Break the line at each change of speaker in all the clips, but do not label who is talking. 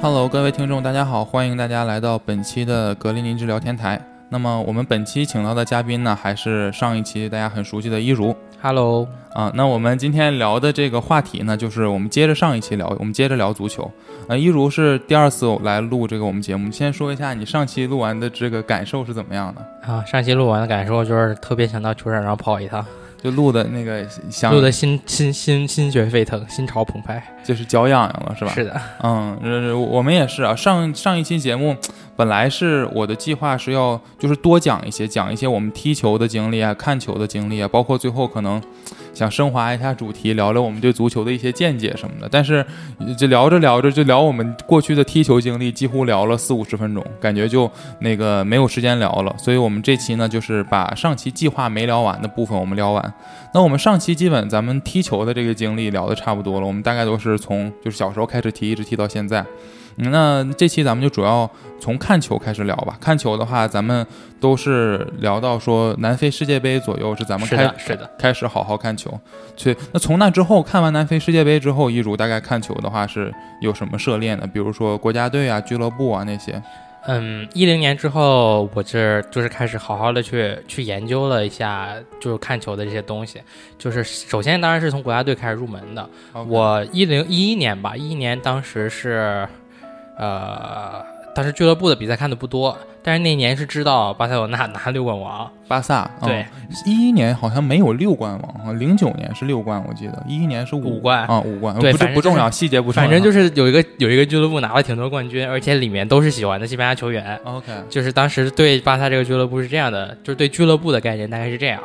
Hello，各位听众，大家好，欢迎大家来到本期的格林林治聊天台。那么我们本期请到的嘉宾呢，还是上一期大家很熟悉的一如
Hello，
啊。那我们今天聊的这个话题呢，就是我们接着上一期聊，我们接着聊足球。啊，一如是第二次来录这个我们节目，先说一下你上期录完的这个感受是怎么样的？
啊，上期录完的感受就是特别想到球场上跑一趟，
就录的那个想
录的心心心心血沸腾，心潮澎湃，
就是脚痒痒了，是吧？
是的，
嗯，呃我们也是啊。上上一期节目，本来是我的计划是要就是多讲一些，讲一些我们踢球的经历啊，看球的经历啊，包括最后可能想升华一下主题，聊聊我们对足球的一些见解什么的。但是呃就聊着聊着，就聊我们过去的踢球经历，几乎聊了四五十分钟，感觉就那个没有时间聊了。所以我们这期呢，就是把上期计划没聊完的部分我们聊完。那我们上期基本咱们踢球的这个经历聊的差不多了，我们大概都是从就是小时候开始踢，一直踢到现在。嗯那这期咱们就主要从看球开始聊吧。看球的话，咱们都是聊到说南非世界杯左右是咱们
是
开
的，是的，
开始好好看球。所以，那从那之后看完南非世界杯之后，一如大概看球的话是有什么涉猎呢？比如说国家队啊、俱乐部啊那些。
嗯，一零年之后，我这就是开始好好的去去研究了一下，就是看球的这些东西，就是首先当然是从国家队开始入门的，
哦
我一零一一年吧，一一年当时是，呃，当时俱乐部的比赛看的不多，但是那年是知道巴塞罗那拿 六冠王，
巴萨，哦
对，
一一年好像没有六冠王，零九年是六冠，我记得一一年是
五冠
啊，五冠，
对
不
反正
不重
就是
要，细节不重要，
反正就是是有一个有一个俱乐部拿了挺多冠军，而且里面都是喜欢的西班牙球员。
OK，
就是当时对巴萨这个俱乐部是这样的，就是对俱乐部的概念大概是这样。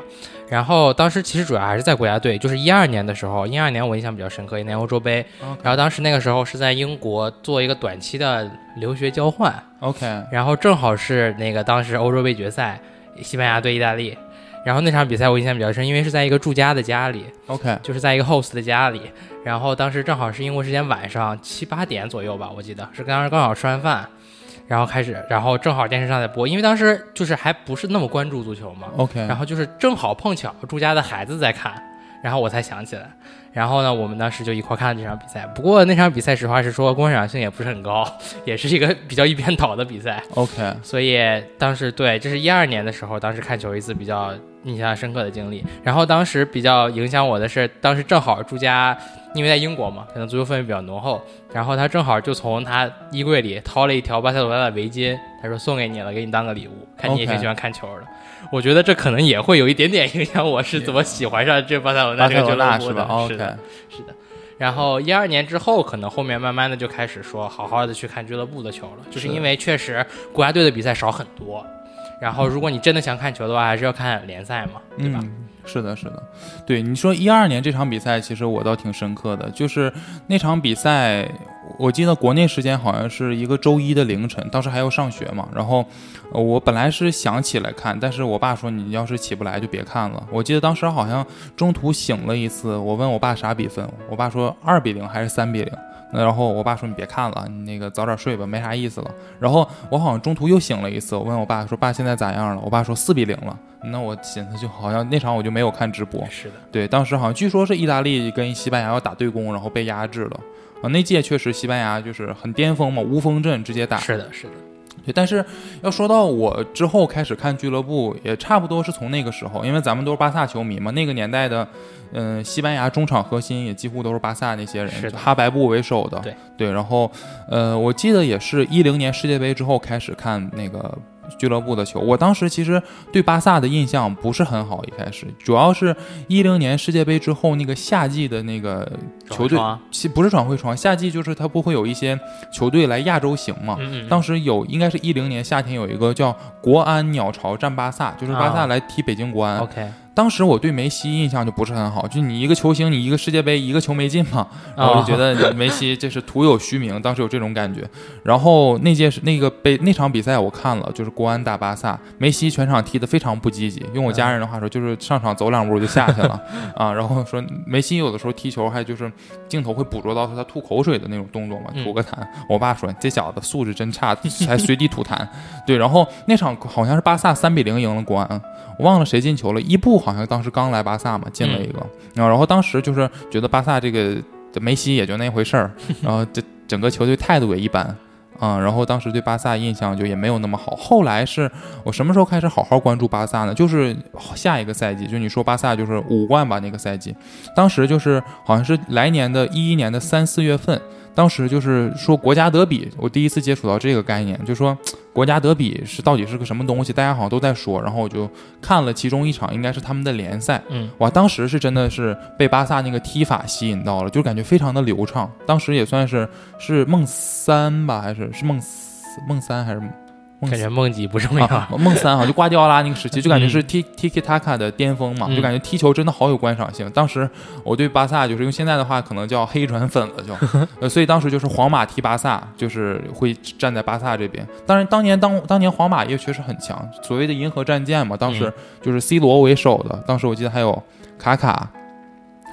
然后当时其实主要还是在国家队，就是一二年的时候，一二年我印象比较深刻，一年欧洲杯。
OK
然后当时那个时候是在英国做一个短期的留学交换，
OK，
然后正好是那个当时欧洲杯决赛，西班牙对意大利。然后那场比赛我印象比较深，因为是在一个住家的家里，
OK，
就是在一个 host 的家里，然后当时正好是英国时间晚上七八点左右吧，我记得是当时刚好吃完饭，然后开始，然后正好电视上在播，因为当时就是还不是那么关注足球嘛，
OK，
然后就是正好碰巧住家的孩子在看，然后我才想起来，然后呢，我们当时就一块看了这场比赛。不过那场比赛实话实说，观赏性也不是很高，也是一个比较一边倒的比赛，
OK，
所以当时对，这是一二年的时候，当时看球一次比较印象深刻的经历。然后当时比较影响我的是，当时正好住家，因为在英国嘛，可能足球氛围比较浓厚。然后他正好就从他衣柜里掏了一条巴塞罗那的围巾，他说送给你了，给你当个礼物，看你也挺
OK
喜欢看球的。我觉得这可能也会有一点点影响我是怎么喜欢上这巴塞罗那
巴
这
塞
个俱
罗
乐
那
部
是
的。
吧
是
？OK
的，是的。然后一二年之后，可能后面慢慢的就开始说好好的去看俱乐部的球了，就是是因为确实国家队的比赛少很多。然后，如果你真的想看球的话，还是要看联赛嘛，对吧？
嗯是的，是的，对你说一二年这场比赛，其实我倒挺深刻的，就是那场比赛，我记得国内时间好像是一个周一的凌晨，当时还要上学嘛，然后呃我本来是想起来看，但是我爸说你要是起不来就别看了。我记得当时好像中途醒了一次，我问我爸啥比分，我爸说二比零还是三比零。那然后我爸说你别看了，你那个早点睡吧，没啥意思了。然后我好像中途又醒了一次，我问我爸说爸现在咋样了？我爸说四比零了。那我寻思就好像那场我就没有看直播，
是的，
对，当时好像据说是意大利跟西班牙要打对攻，然后被压制了。啊，那届确实西班牙就是很巅峰嘛，无锋阵直接打
是的，是的，
对，但是要说到我之后开始看俱乐部，也差不多是从那个时候，因为咱们都是巴萨球迷嘛，那个年代的，嗯、西班牙中场核心也几乎都是巴萨那些人，
是的
就哈白布为首的，
对
然后，呃，我记得也是一零年世界杯之后开始看那个。俱乐部的球，我当时其实对巴萨的印象不是很好，一开始主要是一零年世界杯之后那个夏季的那个球队
转会窗啊，
其不是转会窗，夏季就是它不会有一些球队来亚洲行嘛，
嗯嗯，
当时有应该是一零年夏天有一个叫国安鸟巢战巴萨，就是巴萨
啊
来踢北京国安。
OK
当时我对梅西印象就不是很好，就你一个球星，你一个世界杯一个球没进嘛，
啊
然后我就觉
得
得梅西这是徒有虚 名，当时有这种感觉。然后那届是那个被那场比赛我看了，就是国安打巴萨，梅西全场踢得非常不积极，
啊
用我家人的话说就是上场走两步就下 去了啊。然后说梅西有的时候踢球还就是镜头会捕捉到他吐口水的那种动作嘛，
嗯
吐个痰。 我爸说这小子素质真差， 还随地吐痰。对，然后那场好像是巴萨三比零赢了国安，我忘了谁进球了，伊布好像当时刚来巴萨嘛，进了一个，然后然后当时就是觉得巴萨这个梅西也就那回事儿，然后这整个球队态度也一般。嗯，然后当时对巴萨印象就也没有那么好。后来是我什么时候开始好好关注巴萨呢？就是下一个赛季，就你说巴萨就是五冠吧，那个赛季，当时就是好像是来年的一一年的三四月份，当时就是说国家德比，我第一次接触到这个概念，就说国家德比是到底是个什么东西，大家好像都在说，然后我就看了其中一场，应该是他们的联
哦
赛，
嗯，
哇，当时是真的是被巴萨那个踢法吸引到了，就感觉非常的流畅。当时也算是是梦三吧，还是是梦四梦三还是梦
感
四
觉梦几不重要。
啊，梦三啊，就瓜迪奥拉那个时期，就感觉是 T T K Taka 的巅峰嘛，
嗯
就感觉踢球真的好有观赏性。当时我对巴萨就是用现在的话可能叫黑转粉了就， 呃，所以当时就是皇马踢巴萨，就是会站在巴萨这边。当然，当年当当年皇马也确实很强，所谓的银河战舰嘛，当时
嗯
就是 C 罗为首的，当时我记得还有卡卡。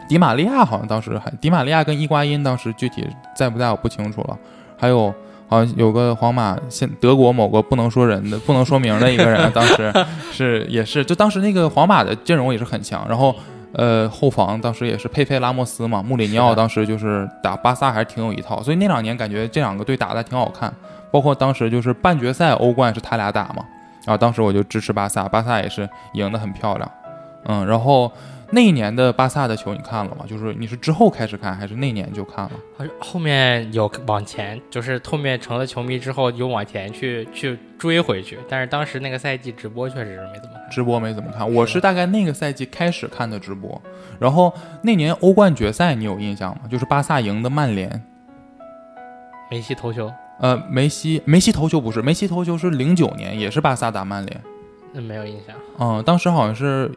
迪玛利亚好像当时还，迪玛利亚跟伊瓜因当时具体在不在我不清楚了，还有好像有个皇马现德国某个不能说人的不能说名的一个人，当 时是也是就当时那个皇马的阵容也是很强，然后呃后防当时也是佩佩拉莫斯嘛，穆里尼
是
奥
的
当时就是打巴萨还是挺有一套，所以那两年感觉这两个队打的挺好看，包括当时就是半决赛欧冠是他俩打嘛，然后当时我就支持巴萨，巴萨也是赢得很漂亮，嗯，然后。那一年的巴萨的球你看了吗？就是你是之后开始看，还是那年就看了？
好像后面有往前，就是后面成了球迷之后，有往前去去追回去，但是当时那个赛季直播确实是没怎么看。
直播没怎么看，我是大概那个赛季开始看的直播，然后那年欧冠决赛你有印象吗？就是巴萨赢的曼联，
梅西头球，
呃，梅西梅西头球不是，梅西头球是零九年，也是巴萨打曼联，
嗯，没有印象。
嗯、当时好像是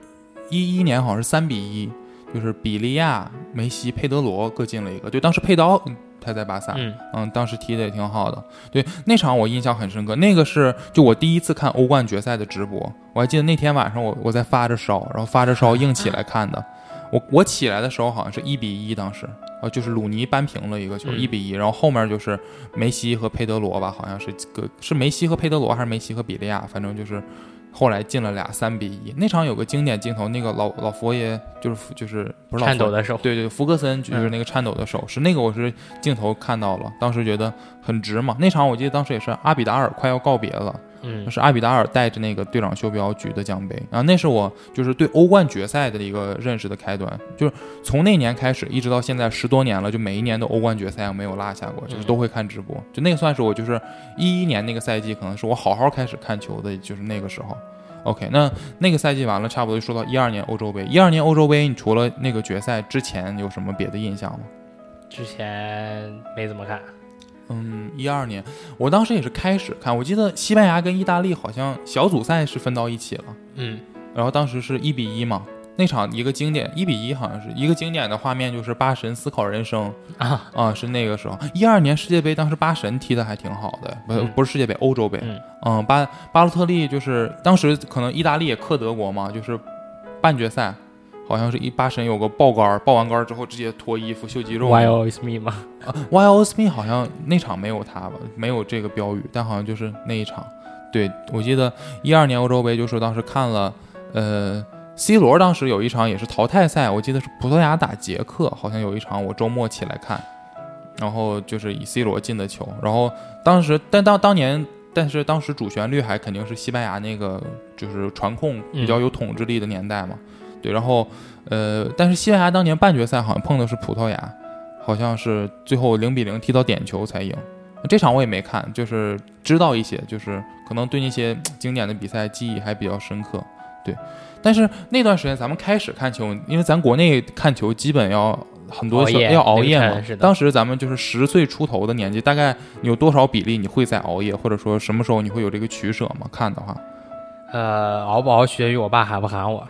一一年，好像是三比一，就是比利亚、梅西、佩德罗各进了一个，对，当时佩刀嗯他在巴萨，
嗯，
嗯，当时踢的也挺好的。对，那场我印象很深刻，那个是就我第一次看欧冠决赛的直播，我还记得那天晚上我我在发着烧，然后发着烧硬起来看的。我我起来的时候好像是一比一，当时呃就是鲁尼扳平了一个球，
嗯
一比一，然后后面就是梅西和佩德罗吧，好像是个是梅西和佩德罗还是梅西和比利亚，反正就是。后来进了俩三比一，那场有个经典镜头，那个老老佛爷就是就是不是老
颤
佛
抖
爷
的手。
对对，福克森就是
嗯
那个颤抖的手势，那个我是镜头看到了，当时觉得很值嘛。那场我记得当时也是阿比达尔快要告别了，
嗯
就，是阿比达尔带着那个队长袖标举的奖杯，然后那是我就是对欧冠决赛的一个认识的开端，就是从那年开始一直到现在十多年了，就每一年的欧冠决赛我没有落下过，就
嗯
是都会看直播，就那个算是我就是一一年那个赛季，可能是我好好开始看球的，就是那个时候。OK，那那个赛季完了，差不多就说到一二年欧洲杯。一二年欧洲杯，你除了那个决赛之前有什么别的印象吗？
之前没怎么看。
嗯，一二年，我当时也是开始看，我记得西班牙跟意大利好像小组赛是分到一起了。
嗯，
然后当时是一比一嘛，那场一个经典一比一好像是一个经典的画面，就是八神思考人生
啊，
啊，是那个时候一二年世界杯，当时八神踢的还挺好的，不、
嗯
不是世界杯，欧洲杯，
嗯
巴巴洛特利就是当时可能意大利也克德国嘛，就是半决赛。好像是一八神有个爆杆儿，爆完杆儿之后直接脱衣服秀肌肉。
Why always me 吗？
Y O S M 好像那场没有他吧，没有这个标语，但好像就是那一场。对，我记得一二年欧洲杯，就是当时看了，呃，C 罗当时有一场也是淘汰赛，我记得是葡萄牙打捷克，好像有一场我周末起来看，然后就是以 C 罗进的球，然后当时但当当年。但是当时主旋律还肯定是西班牙那个就是传控比较有统治力的年代嘛，对，然后呃，但是西班牙当年半决赛好像碰的是葡萄牙，好像是最后零比零踢到点球才赢。这场我也没看，就是知道一些，就是可能对那些嗯经典的比赛记忆还比较深刻。对，但是那段时间咱们开始看球，因为咱国内看球基本要很多
熬
时候
夜
要熬
凌
夜
晨
嘛
是。的
当时咱们就是十岁出头的年纪，大概你有多少比例你会在熬夜，或者说什么时候你会有这个取舍吗？看的话，
呃，熬不熬取决于我爸喊不喊我。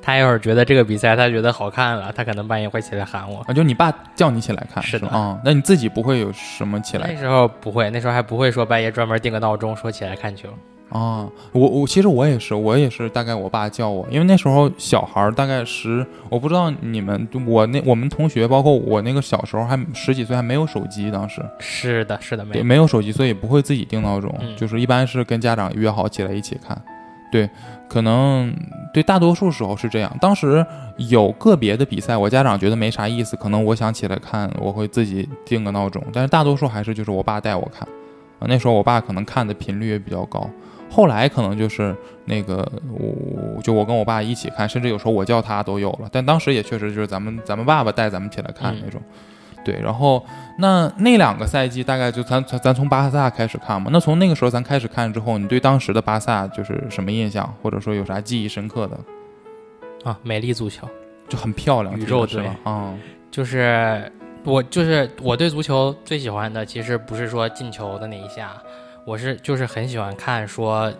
他一会儿觉得这个比赛他觉得好看了，他可能半夜会起来喊我。
啊，就你爸叫你起来看，
是的
吧啊、那你自己不会有什么起来
那时候不会，那时候还不会说半夜专门定个闹钟说起来看球。
啊，我我其实我也是，我也是，大概我爸叫我，因为那时候小孩儿大概十，我不知道你们，我那我们同学，包括我那个小时候还十几岁，还没有手机，当时
是的，是的，没
对
有。
没有手机，所以不会自己定闹钟，
嗯
就是一般是跟家长约好起来一起看。对，可能对大多数时候是这样。当时有个别的比赛，我家长觉得没啥意思，可能我想起来看，我会自己定个闹钟，但是大多数还是就是我爸带我看。啊那时候我爸可能看的频率也比较高。后来可能就是那个我，就我跟我爸一起看，甚至有时候我叫他都有了。但当时也确实就是咱们咱们爸爸带咱们起来看
嗯
那种。对，然后那那两个赛季大概就咱咱咱从巴萨开始看嘛。那从那个时候咱开始看之后，你对当时的巴萨就是什么印象，或者说有啥记忆深刻的？
啊，美丽足球
就很漂亮，
宇宙
踢得是吧？啊、
就是我就是我对足球最喜欢的，其实不是说进球的那一下，我是就是很喜欢看说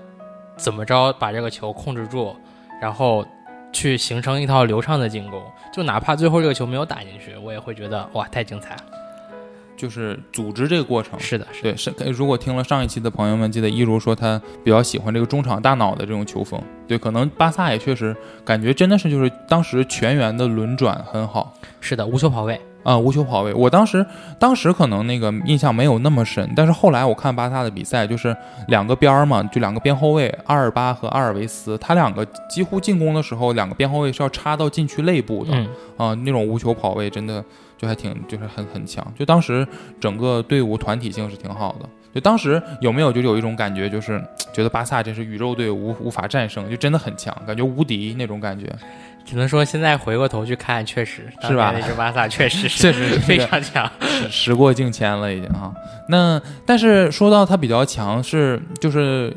怎么着把这个球控制住，然后去形成一套流畅的进攻，就哪怕最后这个球没有打进去，我也会觉得哇太精彩了。
就是组织这个过程。
是的，是的，
对，是如果听了上一期的朋友们，记得一如说他比较喜欢这个中场大脑的这种球风。对，可能巴萨也确实感觉真的是就是当时全员的轮转很好
是的，无球跑位，
啊、无球跑位。我当时当时可能那个印象没有那么深，但是后来我看巴萨的比赛，就是两个边儿嘛，就两个边后卫阿尔巴和阿尔维斯，他两个几乎进攻的时候，两个边后卫是要插到禁区内部的。
嗯，
啊、那种无球跑位真的就还挺，就是很很强。就当时整个队伍团体性是挺好的。就当时有没有就有一种感觉，就是觉得巴萨真是宇宙队无无法战胜，就真的很强，感觉无敌那种感觉。
只能说现在回过头去看，确实
是吧
当年那支巴萨 确实是
确实是
非常强。
时过境迁了已经啊。那但是说到他比较强是就是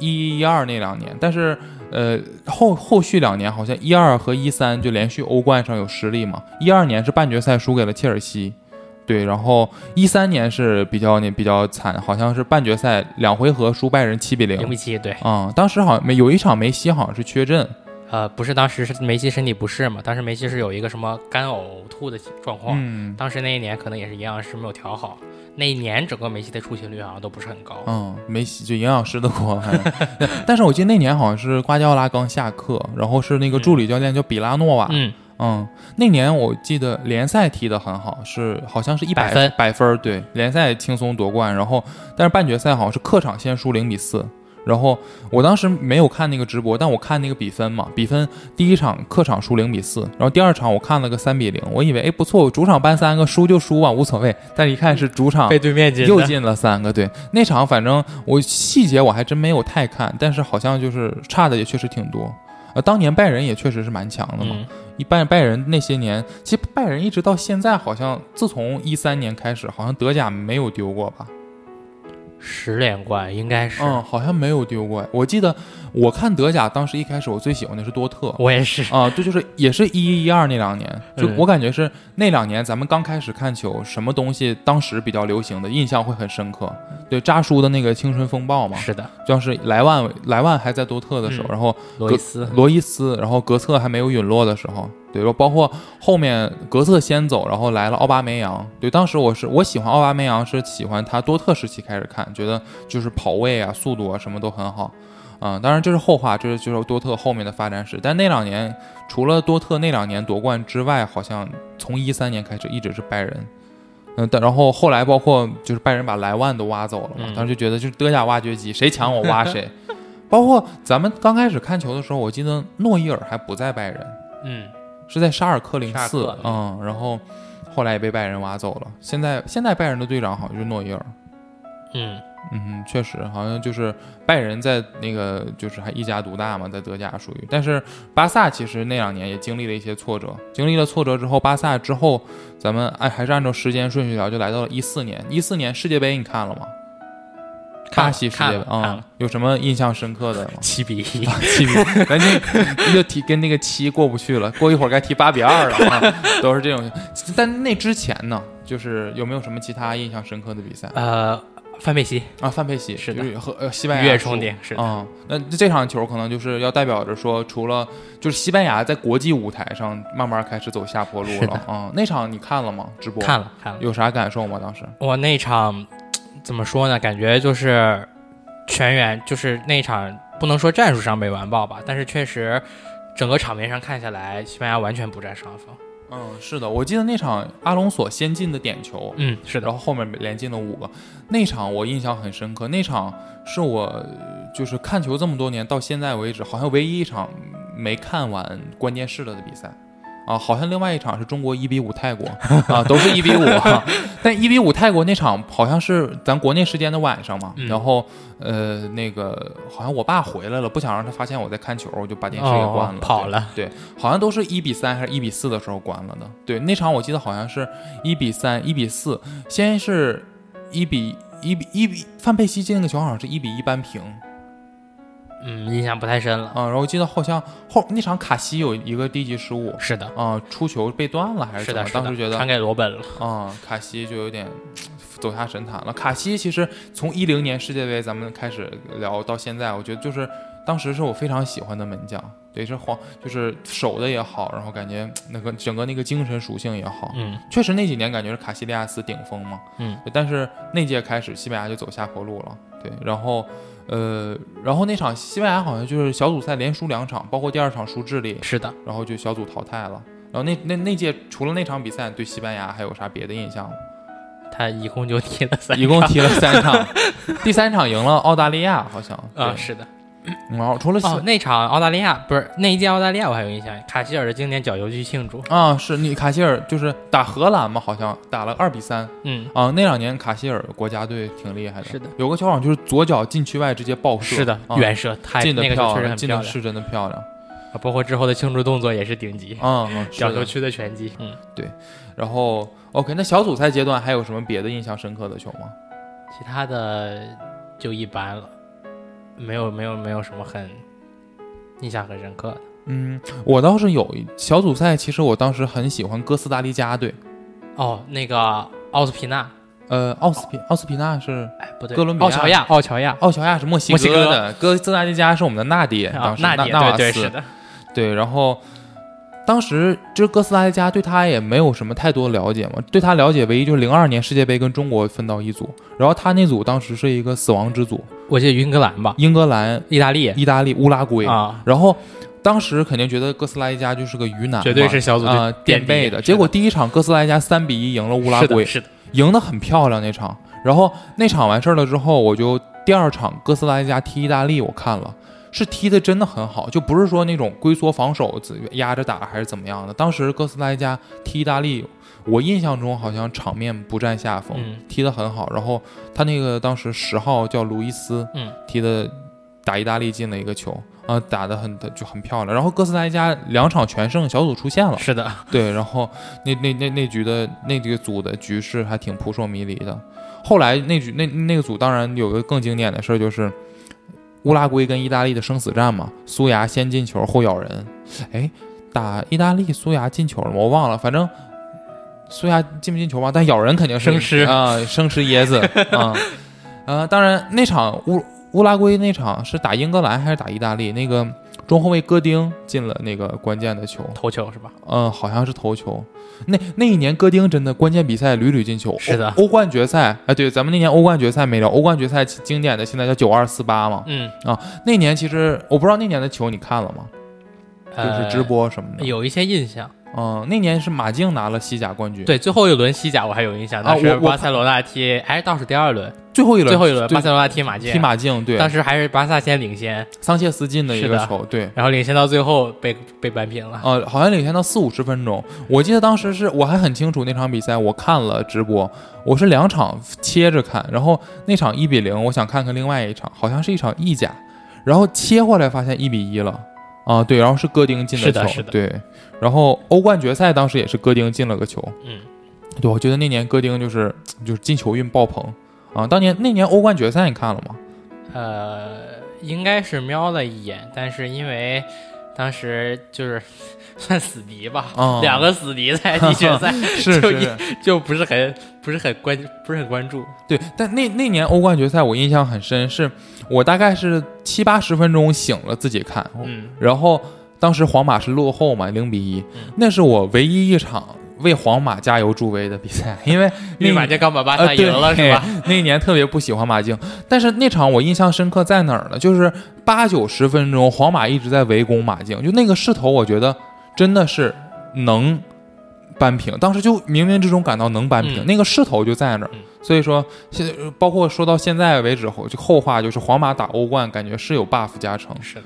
一一二那两年，但是呃后后续两年好像一二和一三就连续欧冠上有实力嘛。一二年是半决赛输给了切尔西。对，然后一三年是比较那比较惨，好像是半决赛两回合输拜仁七比
零
零
比，七，对，
啊、当时好像没有一场梅西好像是缺阵，
呃，不是当时是梅西身体不适嘛，当时梅西是有一个什么干呕吐的状况，
嗯，
当时那一年可能也是营养师没有调好，那一年整个梅西的出勤率好像都不是很高。
嗯，没洗就营养师的锅。反正但是我记得那年好像是瓜迪奥拉刚下课，然后是那个助理教练叫比拉诺瓦。
嗯，
嗯那年我记得联赛踢得很好，是好像是一百
百分
百分儿对，联赛轻松夺冠。然后但是半决赛好像是客场先输零比四。然后我当时没有看那个直播，但我看那个比分嘛，比分第一场客场输零比四，然后第二场我看了个三比零，我以为哎不错，主场扳三个输就输啊无所谓，但是一看是主场
被对面进
啊又进了三个，对那场反正我细节我还真没有太看，但是好像就是差的也确实挺多。呃，当年拜仁也确实是蛮强的嘛。
嗯，
一拜拜仁那些年，其实拜仁一直到现在，好像自从一三年开始，好像德甲没有丢过吧？
十连冠应该是，
嗯，好像没有丢过。我记得我看德甲，当时一开始我最喜欢的是多特。
我也是，
啊，对，就是也是一一一二那两年，就
嗯
我感觉是那两年咱们刚开始看球，什么东西当时比较流行的，印象会很深刻。对，扎叔的那个《青春风暴》嘛，
是的，
当时莱万莱万还在多特的时候，
嗯
然后
罗伊斯，
罗伊斯，然后格策还没有陨落的时候，对，然后包括后面格策先走，然后来了奥巴梅扬，对，当时我是我喜欢奥巴梅扬是喜欢他多特时期开始看，觉得就是跑位啊、速度啊什么都很好。啊、当然这是后话，这是就是多特后面的发展史。但那两年，除了多特那两年夺冠之外，好像从一三年开始一直是拜仁。嗯，但然后后来包括就是拜仁把莱万都挖走了嘛，
嗯
当时就觉得就是德甲挖掘机，谁强我挖谁。 包括咱们刚开始看球的时候，我记得诺伊尔还不在拜仁，
嗯，
是在沙尔克零
沙尔
四
克，
嗯，然后后来也被拜仁挖走了。现在现在拜仁的队长好像就是诺伊尔，
嗯，
嗯哼，确实，好像就是拜仁在那个就是还一家独大嘛，在德甲属于。但是巴萨其实那两年也经历了一些挫折，经历了挫折之后，巴萨之后，咱们按还是按照时间顺序聊，就来到了一四年。一四年世界杯你看了吗？
看
巴
了
西世
看
界
了
杯，
看
嗯
了，
有什么印象深刻的吗？
七比一，
七比，咱这又提跟那个七过不去了，过一会儿该提八比二了啊，都是这种。但那之前呢，就是有没有什么其他印象深刻的比赛
呃，范佩西
啊？范佩西
是的
的，和呃西班牙
愉悦
输
冲顶，是的，
啊、那这场球可能就是要代表着说，除了就是西班牙在国际舞台上慢慢开始走下坡路
是
了
的
啊、那场你看了吗？直播
看了看了，
有啥感受吗？当时
我那场怎么说呢？感觉就是全员就是那场不能说战术上被完爆吧，但是确实整个场面上看下来，西班牙完全不占上风。
嗯，是的，我记得那场阿隆索先进的点球，
嗯，是
然
的，
后后面连进了五个。那场我印象很深刻，那场是我呃就是看球这么多年到现在为止，好像唯一一场没看完关键式了的比赛。啊，好像另外一场是中国一比五泰 国啊，都是一比五、但一比五泰国那场好像是咱国内时间的晚上嘛，
嗯
然后呃那个好像我爸回来了，不想让他发现我在看球，我就把电视给关了，
哦，跑
对。
了，
对，好像都是一比三还是一比四的时候关了的。对，那场我记得好像是一比三、一比四，先是一比一比一比范佩西进那个球好像是一比一扳平
嗯，印象不太深了。
啊，然后我记得好像后那场卡西有一个低级失误
是的，
啊，出球被断了还是
是
什么
的，，是的
当时觉得
传给罗本了。
啊、卡西就有点走下神坛了。卡西其实从一零年世界杯咱们开始聊到现在，我觉得就是当时是我非常喜欢的门将，对，是黄，就是守的也好，然后感觉那个整个那个精神属性也好。
嗯
确实那几年感觉是卡西利亚斯顶峰嘛，
嗯
对但是那届开始西班牙就走下坡路了，对，然后呃，然后那场西班牙好像就是小组赛连输两场，包括第二场输智利，
是的，
然后就小组淘汰了。然后那那那届除了那场比赛，对西班牙还有啥别的印 象吗？
他一共就踢了三场，
一共踢了三场，第三场赢了澳大利亚，好像
啊，
对嗯
是的。
然后除了西
哦，那场澳大利亚不是那一届澳大利亚，我还有印象，卡希尔的经典角球去庆祝。
啊，是你卡希尔就是打荷兰嘛，好像打了二比三
嗯，
啊。那两年卡希尔国家队挺厉害的，
是的，
有个球场就是左脚禁区外直接爆射，
是的，
啊、
远射太
进的
那个球
漂
确实
亮，
很
进
漂
的
亮，
是真的漂亮
啊包括之后的庆祝动作也是顶级，
啊，嗯是
角球
的。
哦区的拳击。嗯，
然后 OK，那小组赛阶段还有什么别的印象深刻的球吗？
其他的就一般了，没有没有没有什么很印象很深刻的。
嗯，我倒是有一小组赛，其实我当时很喜欢哥斯达黎加队，
哦，那个奥斯皮纳，
呃，奥斯皮奥斯皮纳是
哎不对，
哥伦比亚
奥乔亚，奥乔亚，
奥乔亚是墨西
墨西哥
的，哥斯达黎加是我们的纳迪，
啊
当，时
纳
纳
迪，
纳瓦
对对
斯
是的，
对然后当时就是哥斯达黎加对他也没有什么太多了解嘛，对他了解唯一就是零二年世界杯跟中国分到一组，然后他那组当时是一个死亡之组，
我记得英格兰吧，
英格兰、
意大利
意大利、乌拉圭，
啊，
然后。当时肯定觉得哥斯达黎加就是个鱼腩嘛，
绝对是小组
啊、
最
垫背
的，
的。结果第一场哥斯达黎加三比一赢了乌
乌
拉圭，
是的，
赢得很漂亮那场。然后那场完事儿了之后，我就第二场哥斯达黎加踢意大利，我看了，是踢的真的很好，就不是说那种龟缩防守只压着打还是怎么样的。当时哥斯达黎加踢意大利，我印象中好像场面不占下风，
嗯
踢得很好。然后他那个当时十号叫路易斯，
嗯，
踢的打意大利进了一个球。啊、打得很就很漂亮，然后哥斯达黎加两场全胜，小组出线了。
是的，
对，然后那那那那局的那几个组的局势还挺扑朔迷离的。后来那局那那个组当然有个更经典的事儿就是，乌拉圭跟意大利的生死战嘛，苏牙先进球后咬人。哎，打意大利苏牙进球了吗？我忘了，反正苏牙进不进球吧，但咬人肯定是
生吃
啊、生吃椰 子啊、呃，当然那场乌乌拉圭那场是打英格兰还是打意大利？那个中后卫戈丁进了那个关键的球，
头球是吧？
嗯，好像是头球。那那一年戈丁真的关键比赛屡屡进球，
是的
欧欧冠决赛，哎，对，咱们那年欧冠决赛没聊，欧冠决赛其经典的现在叫九二四八嘛。
嗯，
那年其实我不知道那年的球你看了吗？就是
呃
直播什么的。
有一些印象。
嗯，那年是马竞拿了西甲冠军，，
对，最后一轮西甲我还有印象，
啊
当时
我我
巴塞罗那踢，哎，倒数第二轮，
最后一轮，
最后一轮
对
巴塞罗那踢马竞，
踢马竞，对，
当时还是巴萨先领先，
桑切斯进的一
是
个
的
球，对。
然后领先到最后被被扳平了。
呃，好像领先到四五十分钟。我记得当时是我还很清楚那场比赛，我看了直播，我是两场切着看，然后那场一比零，我想看看另外一场，好像是一场意甲，然后切回来发现一比一了。啊，对，然后是戈丁进
是
球，
的是的
对，然后欧冠决赛当时也是戈丁进了个球，
嗯，
对，我觉得那年戈丁就是就是进球运爆棚啊，当年那年欧冠决赛你看了吗？
呃，应该是瞄了一眼，但是因为当时就是 算死敌吧，
啊，
两个死敌 在季决赛
是
就是一
是，
就不是很不是很关不是很关注。
对，但那那年欧冠决赛我印象很深，是我大概是七八十分钟醒了自己看，
嗯，
然后当时皇马是落后嘛，零比一、
嗯
那是我唯一一场为皇马加油助威的比赛，因为
因为马
那
竞刚把巴
呃
萨赢了、
对
是吧？
那一年特别不喜欢马竞，但是那场我印象深刻在哪儿呢？就是八九十分钟，皇马一直在围攻马竞，就那个势头，我觉得真的是能扳平。当时就冥冥之中感到能扳平，
嗯
那个势头就在那儿
嗯。
所以说，现在包括说到现在为止后，就后话就是皇马打欧冠，感觉是有 buff 加成
是的，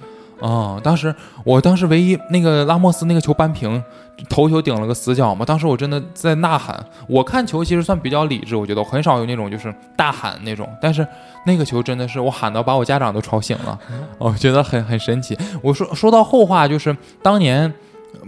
啊、哦，当时我当时唯一那个拉莫斯那个球扳平，头球顶了个死角嘛，当时我真的在呐喊。我看球其实算比较理智，我觉得我很少有那种就是大喊那种，但是那个球真的是我喊到把我家长都吵醒了，
嗯
我觉得很很神奇。我说说到后话，就是当年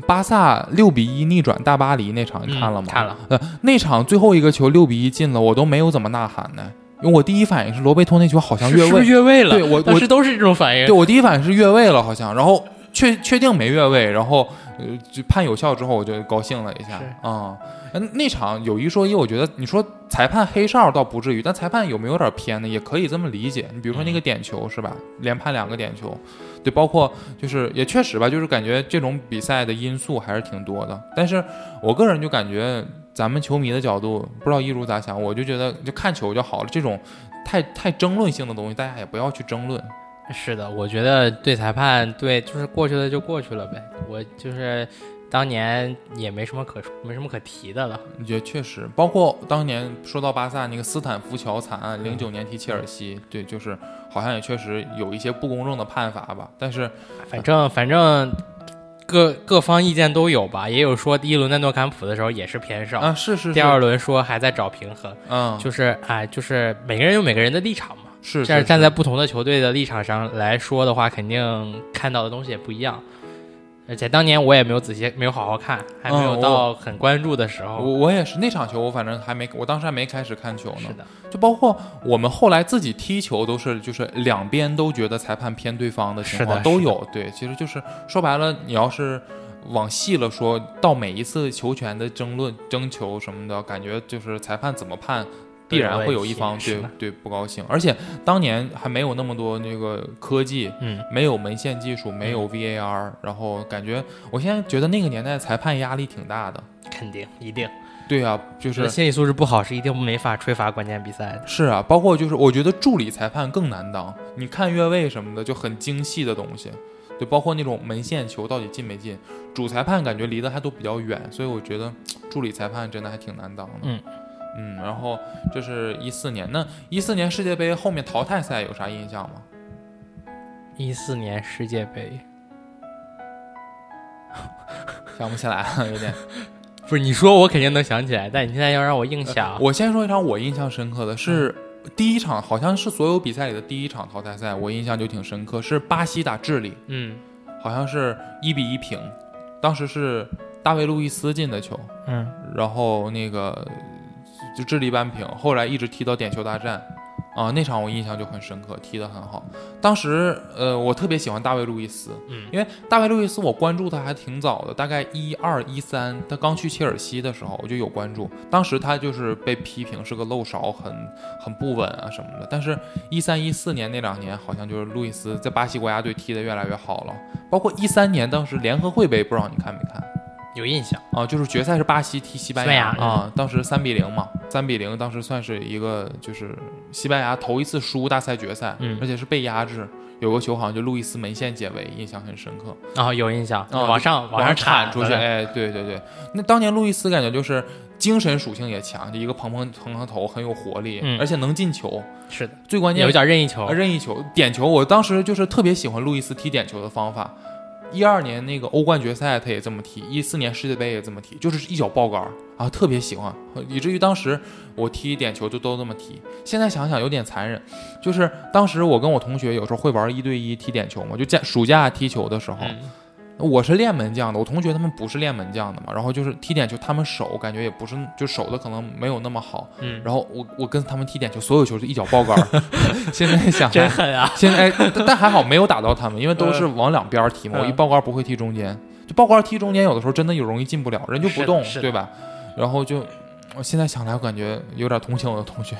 巴萨六比一逆转大巴黎那场，你看了吗？
嗯看了。
呃，那场最后一个球六比一进了，我都没有怎么呐喊呢，因为我第一反应是罗贝托那球好像
是
越
是不
位
是，越位了？
对我
当时都是这种反应。
对我第一反应是越位了，好像，然后确确定没越位，然后呃就判有效之后，我就高兴了一下
是
啊、嗯。那场有一说一，我觉得你说裁判黑哨倒不至于，但裁判有没有点偏呢？也可以这么理解。你比如说那个
嗯
点球、是吧？连判两个点球，对，包括就是也确实吧，就是感觉这种比赛的因素还是挺多的。但是我个人就感觉。咱们球迷的角度，不知道一如咋想，我就觉得就看球就好了。这种太太争论性的东西，大家也不要去争论。
是的，我觉得对裁判，对就是过去了就过去了呗。我就是当年也没什么可没什么可提的了。
你觉得确实，包括当年说到巴萨那个斯坦福桥惨
嗯
案，零九年踢切尔西，对，就是好像也确实有一些不公正的判罚吧。但是
反正反正各各方意见都有吧，也有说第一轮在诺坎普的时候也是偏少，
啊，是是是，
第二轮说还在找平衡，
嗯，
就是哎，就是每个人有每个人的立场嘛。
是
这样
是
站
是
在不同的球队的立场上来说的话，肯定看到的东西也不一样。而且当年我也没有仔细，没有好好看，还没有
嗯
到很关注的时
我
候。
我也是那场球，我反正还没，我当时还没开始看球呢
是。的，
就包括我们后来自己踢球，都是就是两边都觉得裁判偏对方的情
是
况
的
都有。对，其实就是说白了，你要是往细了说，到每一次球权的争论、争球什么的，感觉就是裁判怎么判。必然会有一方
都有
对
问题
对不高兴，而且当年还没有那么多那个科技，
嗯，
没有门线技术，没有 VAR，、然后感觉我现在觉得那个年代裁判压力挺大的。
肯定一定，
对啊，就是
心理素质不好是一定没法吹罚关键比赛的。
是啊，包括就是我觉得助理裁判更难当，你看越位什么的就很精细的东西，对，包括那种门线球到底进没进，主裁判感觉离得还都比较远，所以我觉得助理裁判真的还挺难当的。
嗯
嗯然后这是一四年，那一四年世界杯后面淘汰赛有啥印象吗？
一四年世界杯，
想不起来了，有点。
不是你说我肯定能想起来，但你现在要让我硬想，
呃我先说一场我印象深刻的是。第一场好像是所有比赛里的第一场淘汰赛，我印象就挺深刻，是巴西打智利。
嗯
好像是一比一平，当时是大卫·路易斯进的球，
嗯，
然后那个就智利扳平，后来一直踢到点球大战，啊、那场我印象就很深刻，踢得很好。当时呃，我特别喜欢大卫·路易斯，
嗯
因为大卫·路易斯我关注他还挺早的，大概一二一三，他刚去切尔西的时候我就有关注，当时他就是被批评是个漏勺，很很不稳啊什么的，但是一三一四年那两年好像就是路易斯在巴西国家队踢得越来越好了，包括一三年当时联合会杯，不知道你看没看？
有印象，
啊，就是决赛是巴西踢西班牙
西班牙
啊，当时三比零嘛，三比零，当时算是一个就是西班牙头一次输大赛决赛，
嗯
而且是被压制，有个球好像就路易斯门线解围，印象很深刻，
啊、有印象，
哦
往上
往
上
铲出去，
了
哎，对对对，那当年路易斯感觉就是精神属性也强，就一个蓬蓬蓬蓬头，很有活力，
嗯
而且能进球，
是的，
最关键
有一脚任意球
啊，任意球、点球，我当时就是特别喜欢路易斯踢点球的方法。一二年那个欧冠决赛他也这么踢，一四年世界杯也这么踢，就是一脚爆杆儿啊，特别喜欢，以至于当时我踢点球就都这么踢。现在想想有点残忍，就是当时我跟我同学有时候会玩一对一踢点球嘛，就假暑假踢球的时候，
嗯，
我是练门将的，我同学他们不是练门将的嘛，然后就是踢点球，他们手感觉也不是，就手的可能没有那么好，
嗯
然后我我跟他们踢点球，所有球就一脚爆杆儿， 现在想
真
来。
狠啊！
现在哎但但还好没有打到他们，因为都是往两边踢嘛。
嗯
我一爆杆不会踢中间，就爆杆踢中间，有的时候真的有容易进不了，人就不动
是的是，的
对吧？然后就我现在想来，我感觉有点同情我的同 学，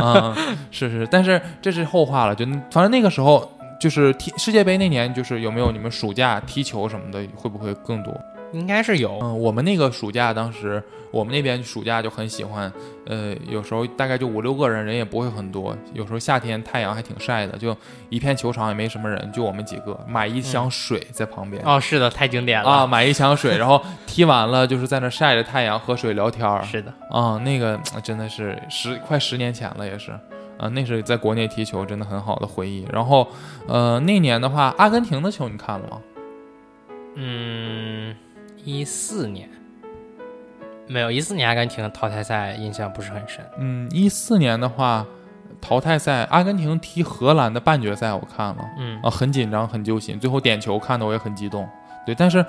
啊、是是，但是这是后话了，就反正那个时候就是踢世界杯那年，就是有没有你们暑假踢球什么的，会不会更多？
应该是有，
嗯，我们那个暑假，当时我们那边暑假就很喜欢，呃，有时候大概就五六个人，人也不会很多。有时候夏天太阳还挺晒的，就一片球场也没什么人，就我们几个买一箱水在旁边、
嗯哦，是的，太经典了
啊，，买一箱水，然后踢完了就是在那晒着太阳，喝水聊天儿啊
是的，
啊、那个真的是十快十年前了，也是。啊、那是在国内踢球真的很好的回忆。然后，呃，那年的话，阿根廷的球你看了吗？
嗯，一四年没有，一四年阿根廷淘汰赛印象不是很深。
嗯，一四年的话，淘汰赛阿根廷踢荷兰的半决赛我看了，
嗯
啊，很紧张，很揪心，最后点球看的我也很激动。对，但是，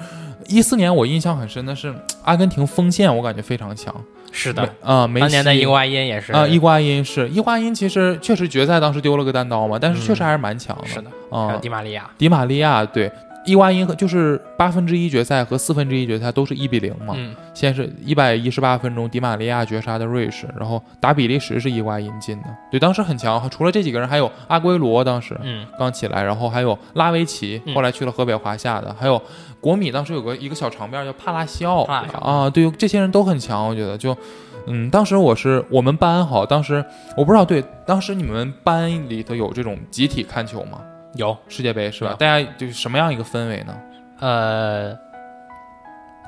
一四年我印象很深的是阿根廷锋线，我感觉非常强。
是
梅
的，
啊，梅
当年的
西
伊瓜因也是
啊，伊瓜因是伊瓜因，其实确实决赛当时丢了个单刀嘛，但是确实还是蛮强的。
嗯是的，还
啊
有，迪玛利亚，
迪玛利亚对伊瓜因和就是八分之一决赛和四分之一决赛都是一比零嘛，
嗯
先哦是一百一十八分钟迪玛利亚绝杀的瑞士，然后打比利时是伊瓜因进的，对，当时很强。除了这几个人，还有阿圭罗当时
嗯
刚起来，然后还有拉维奇，
嗯
后来去了河北华夏的，还有国米当时有个一个小长辫叫帕拉西奥
帕拉西奥
啊，对，这些人都很强，我觉得就。嗯，当时我是我们班好，当时我不知道，对，当时你们班里头有这种集体看球吗？
有
世界杯是吧
有？
大家就是什么样一个氛围呢？
呃，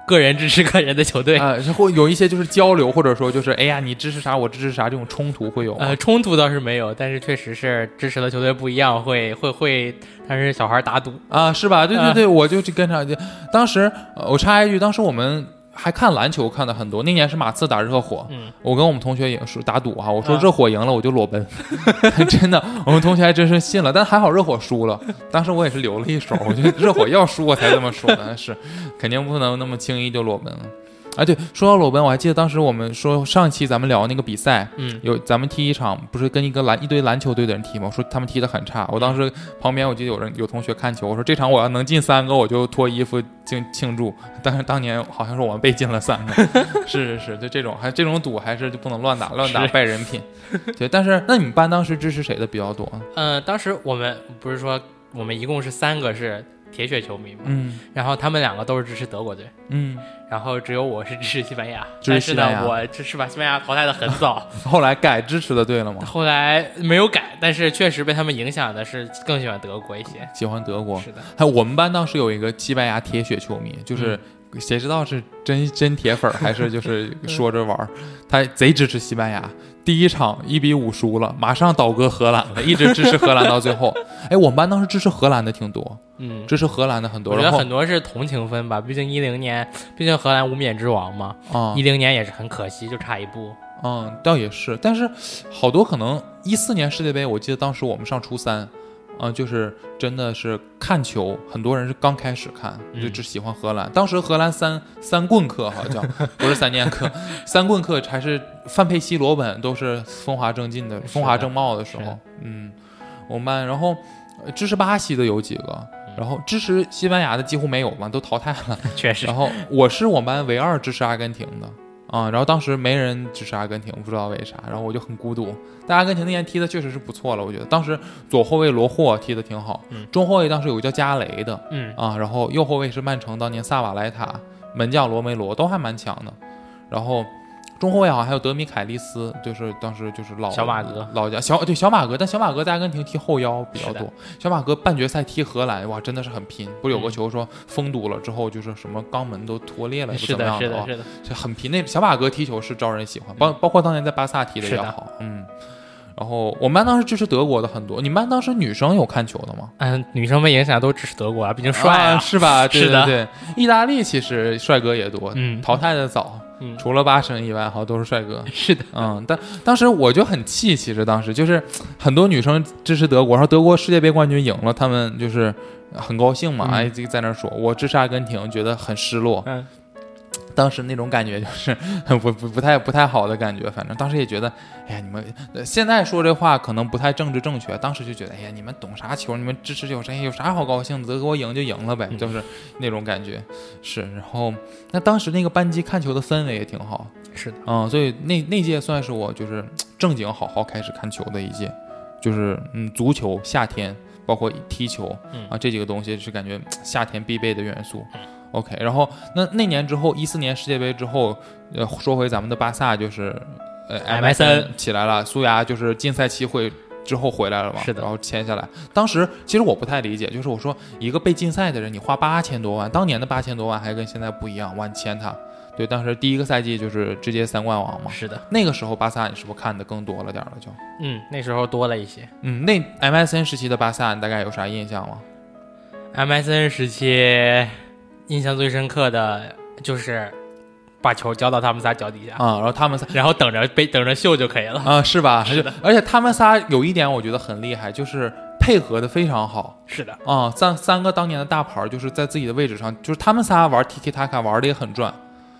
个人支持个人的球队，
啊，是会有一些就是交流，或者说就是哎呀，你支持啥，我支持啥，这种冲突会有吗
呃，冲突倒是没有，但是确实是支持的球队不一样，会会会，但是小孩打赌，
啊，是吧？对对
呃
对，我就去跟上去。当时、呃我插一句，当时我们还看篮球看的很多，那年是马刺打热火，
嗯，
我跟我们同学也是打赌哈、我说
啊
热火赢了我就裸奔， 真的，我们同学还真是信了，但还好热火输了。当时我也是留了一手，我觉得热火要输我才这么说的，是肯定不能那么轻易就裸奔了。啊，对，说到裸奔，我还记得当时我们说上一期咱们聊那个比赛，
嗯，
有咱们踢一场，不是跟一个篮一堆篮球队的人踢吗？我说他们踢得很差，我当时旁边我记得有人有同学看球，我说这场我要能进三个，我就脱衣服庆庆祝。但是当年好像是我们被进了 三个，是是是，就这种还这种赌还是就不能乱打，乱打
是
败人品。对，但是那你们班当时支持谁的比较多？
呃，当时我们不是说我们一共是三个是铁血球迷嘛，
嗯
然后他们两个都是支持德国队，
嗯，
然后只有我是支持西班牙，
支持西班
但
牙
是呢，我这是把西班牙淘汰的很早，
后来改支持的队了吗？
后来没有改，但是确实被他们影响的是更喜欢德国一些，
喜欢德国，
是的，
还有我们班当时有一个西班牙铁血球迷，
嗯
就是谁知道是真真铁粉儿还是就是
嗯
说着玩儿，他贼支持西班牙。第一场一比五输了，马上倒戈荷兰了，一直支持荷兰到最 后。哎，我们班当时支持荷兰的挺多，
嗯。
支持荷兰的很多，
我觉得
然后
很多是同情分吧，毕竟一零年，毕竟荷兰无冕之王嘛，
啊
一零年也是很可惜，就差一步。
嗯，倒也是，但是好多可能一四年世界杯，我记得当时我们上初三，啊、就是真的是看球，很多人是刚开始看，就
嗯
只喜欢荷兰。当时荷兰三三棍客好 像不是三剑客，三棍客还是范佩西、罗本都是风华正劲的、风华正茂的时
是
候
的，
嗯，我们班然后呃支持巴西的有几个，
嗯
然后支持西班牙的几乎没有嘛，都淘汰了。
确实
然，后我是我们班唯二支持阿根廷的啊、然后当时没人支持阿根廷，不知道为啥，然后我就很孤独。但阿根廷那年踢的确实是不错了，我觉得当时左后卫罗霍踢的挺好，
嗯
中后卫当时有个叫加雷的
嗯，
啊，然后右后卫是曼城当年萨瓦莱塔，门将罗梅罗都还蛮强的，然后。中后卫好像还有德米凯利斯，就是当时就是老
小马哥
老将小对小马哥，但小马哥在阿根廷踢后腰比较
是的
多。小马哥半决赛踢荷兰，哇，真的是很拼。不是有个
嗯
球说封堵了之后，就是什么肛门都脱裂了，也不
是
怎么
的，
样
是的，嗯
啊
是的，
就很拼。那小马哥踢球是招人喜欢，包包括当年在巴萨踢的也好，嗯。然后我们班当时支持德国的很多，你们班当时女生有看球的吗？
嗯，女生被影响都支持德国啊，毕竟帅啊。
是吧？对
是
对
的
对，意大利其实帅哥也多，
嗯
淘汰的早，
嗯
除了巴神以外，好像都是帅哥。
是的，
嗯，但当时我就很气，其实当时就是很多女生支持德国，然后德国世界杯冠军赢了，她们就是很高兴嘛，
嗯
哎，就在那儿说，我支持阿根廷，觉得很失落。
嗯，
当时那种感觉就是 不不不太不太好的感觉，反正当时也觉得，哎呀，你们呃现在说这话可能不太政治正确，当时就觉得，哎呀，你们懂啥球？你们支持球谁？有啥好高兴的？德国赢就赢了呗，
嗯
就是那种感觉。是，然后那当时那个班级看球的氛围也挺好，
是的，
嗯，所以那那届算是我就是正经好好开始看球的一届，就是嗯，足球夏天包括踢球
嗯
啊这几个东西是感觉夏天必备的元素。OK，然后那那年之后，一四年世界杯之后，呃，说回咱们的巴萨就是呃
MSN
起来了，苏牙就是禁赛期会。之后回来了嘛，
是的
然后签下来。当时其实我不太理解，就是我说一个被禁赛的人，你花八千多万，当年的八千多万还跟现在不一样，哇，你签他，对，当时第一个赛季就是直接三冠王嘛。
是的，
那个时候巴萨你是不是看的更多了点儿了就？
嗯，那时候多了一些。
嗯，那 MSN 时期的巴萨你大概有啥印象吗？
MSN 时期印象最深刻的就是把球交到他们仨脚底下，
啊、然后他们仨
然后等着被等着秀就可以了。
啊、是吧？是的。而且他们仨有一点我觉得很厉害，就是配合的非常好
是的，
啊、三三个当年的大牌儿就是在自己的位置上，就是他们仨玩 TK Taka 玩的也很转，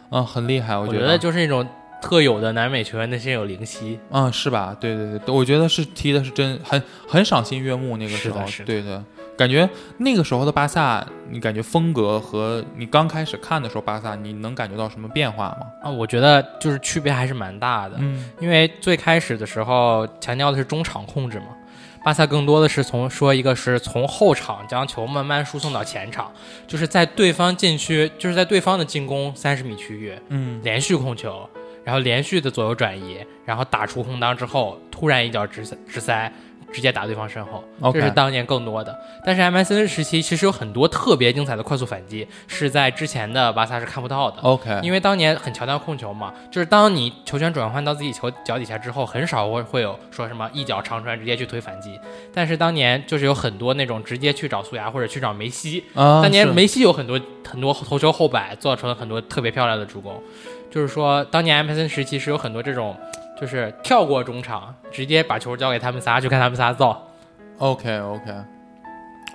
嗯、很厉害，我
我
觉
觉得就是那种特有的南美球员内心有灵犀。
嗯，是吧？对对对，我觉得是踢的是真很很赏心悦目。那个时
是的
候，
是的
对对，感觉那个时候的巴萨，你感觉风格和你刚开始看的时候巴萨，你能感觉到什么变化吗？
啊，我觉得就是区别还是蛮大的，
嗯
因为最开始的时候强调的是中场控制嘛，巴萨更多的是从说一个是从后场将球慢慢输送到前场，就是在对方禁区，就是在对方的进攻三十米区域
嗯
连续控球，然后连续的左右转移，然后打出空当之后，突然一脚直塞直塞。直接打对方身后，这是
，OK，
当年更多的。但是 MSN 时期其实有很多特别精彩的快速反击，是在之前的巴萨是看不到的。
OK，啊
因为当年很强调控球嘛，就是当你球权转换到自己球脚底下之后，很少会会有说什么一脚长传直接去推反击。但是当年就是有很多那种直接去找苏牙或者去找梅西，
啊，
当年
是
梅西有很多很多头球后摆，做成了很多特别漂亮的助攻。就是说，当年 M S N 时期是有很多这种，就是跳过中场，直接把球交给他们仨，就看他们仨造。
OK OK，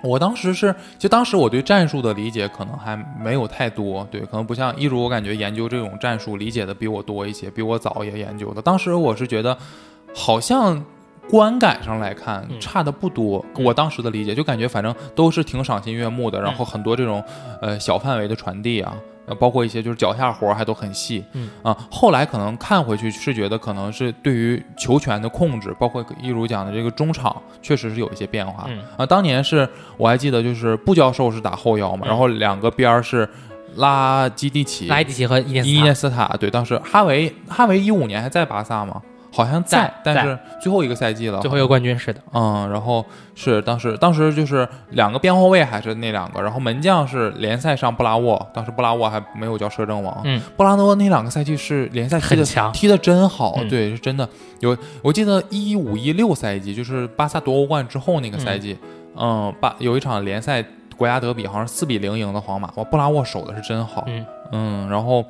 我当时是，其实当时我对战术的理解可能还没有太多，对，可能不像一如，我感觉研究这种战术理解的比我多一些，比我早也研究的。当时我是觉得，好像观感上来看
嗯
差的不多，
嗯
我当时的理解就感觉反正都是挺赏心悦目的，然后很多这种呃小范围的传递啊。呃包括一些就是脚下活儿还都很细，
嗯
啊，后来可能看回去是觉得可能是对于球权的控制，包括一如讲的这个中场，确实是有一些变化。
嗯
啊，当年是我还记得就是布教授是打后腰嘛，
嗯
然后两个边儿是拉基蒂奇、
拉伊蒂奇和伊涅
伊
斯
涅
塔
斯塔，对，当时哈维哈维一五年还在巴萨吗？好像
在
但
在
是最后一个赛季了，
最后一个冠军是的，
嗯，然后是当时当时就是两个边后卫还是那两个，然后门将是联赛上布拉沃，当时布拉沃还没有叫摄政王，
嗯，
布拉诺那两个赛季是联赛踢
很
的
强
踢的真好，
嗯
对，是真的有。我记得一五一六赛季，就是巴萨夺欧冠之后那个赛季，嗯，巴有一场联赛国家德比，好像四比零赢的皇马，哇，布拉沃守的是真好，
嗯
嗯然后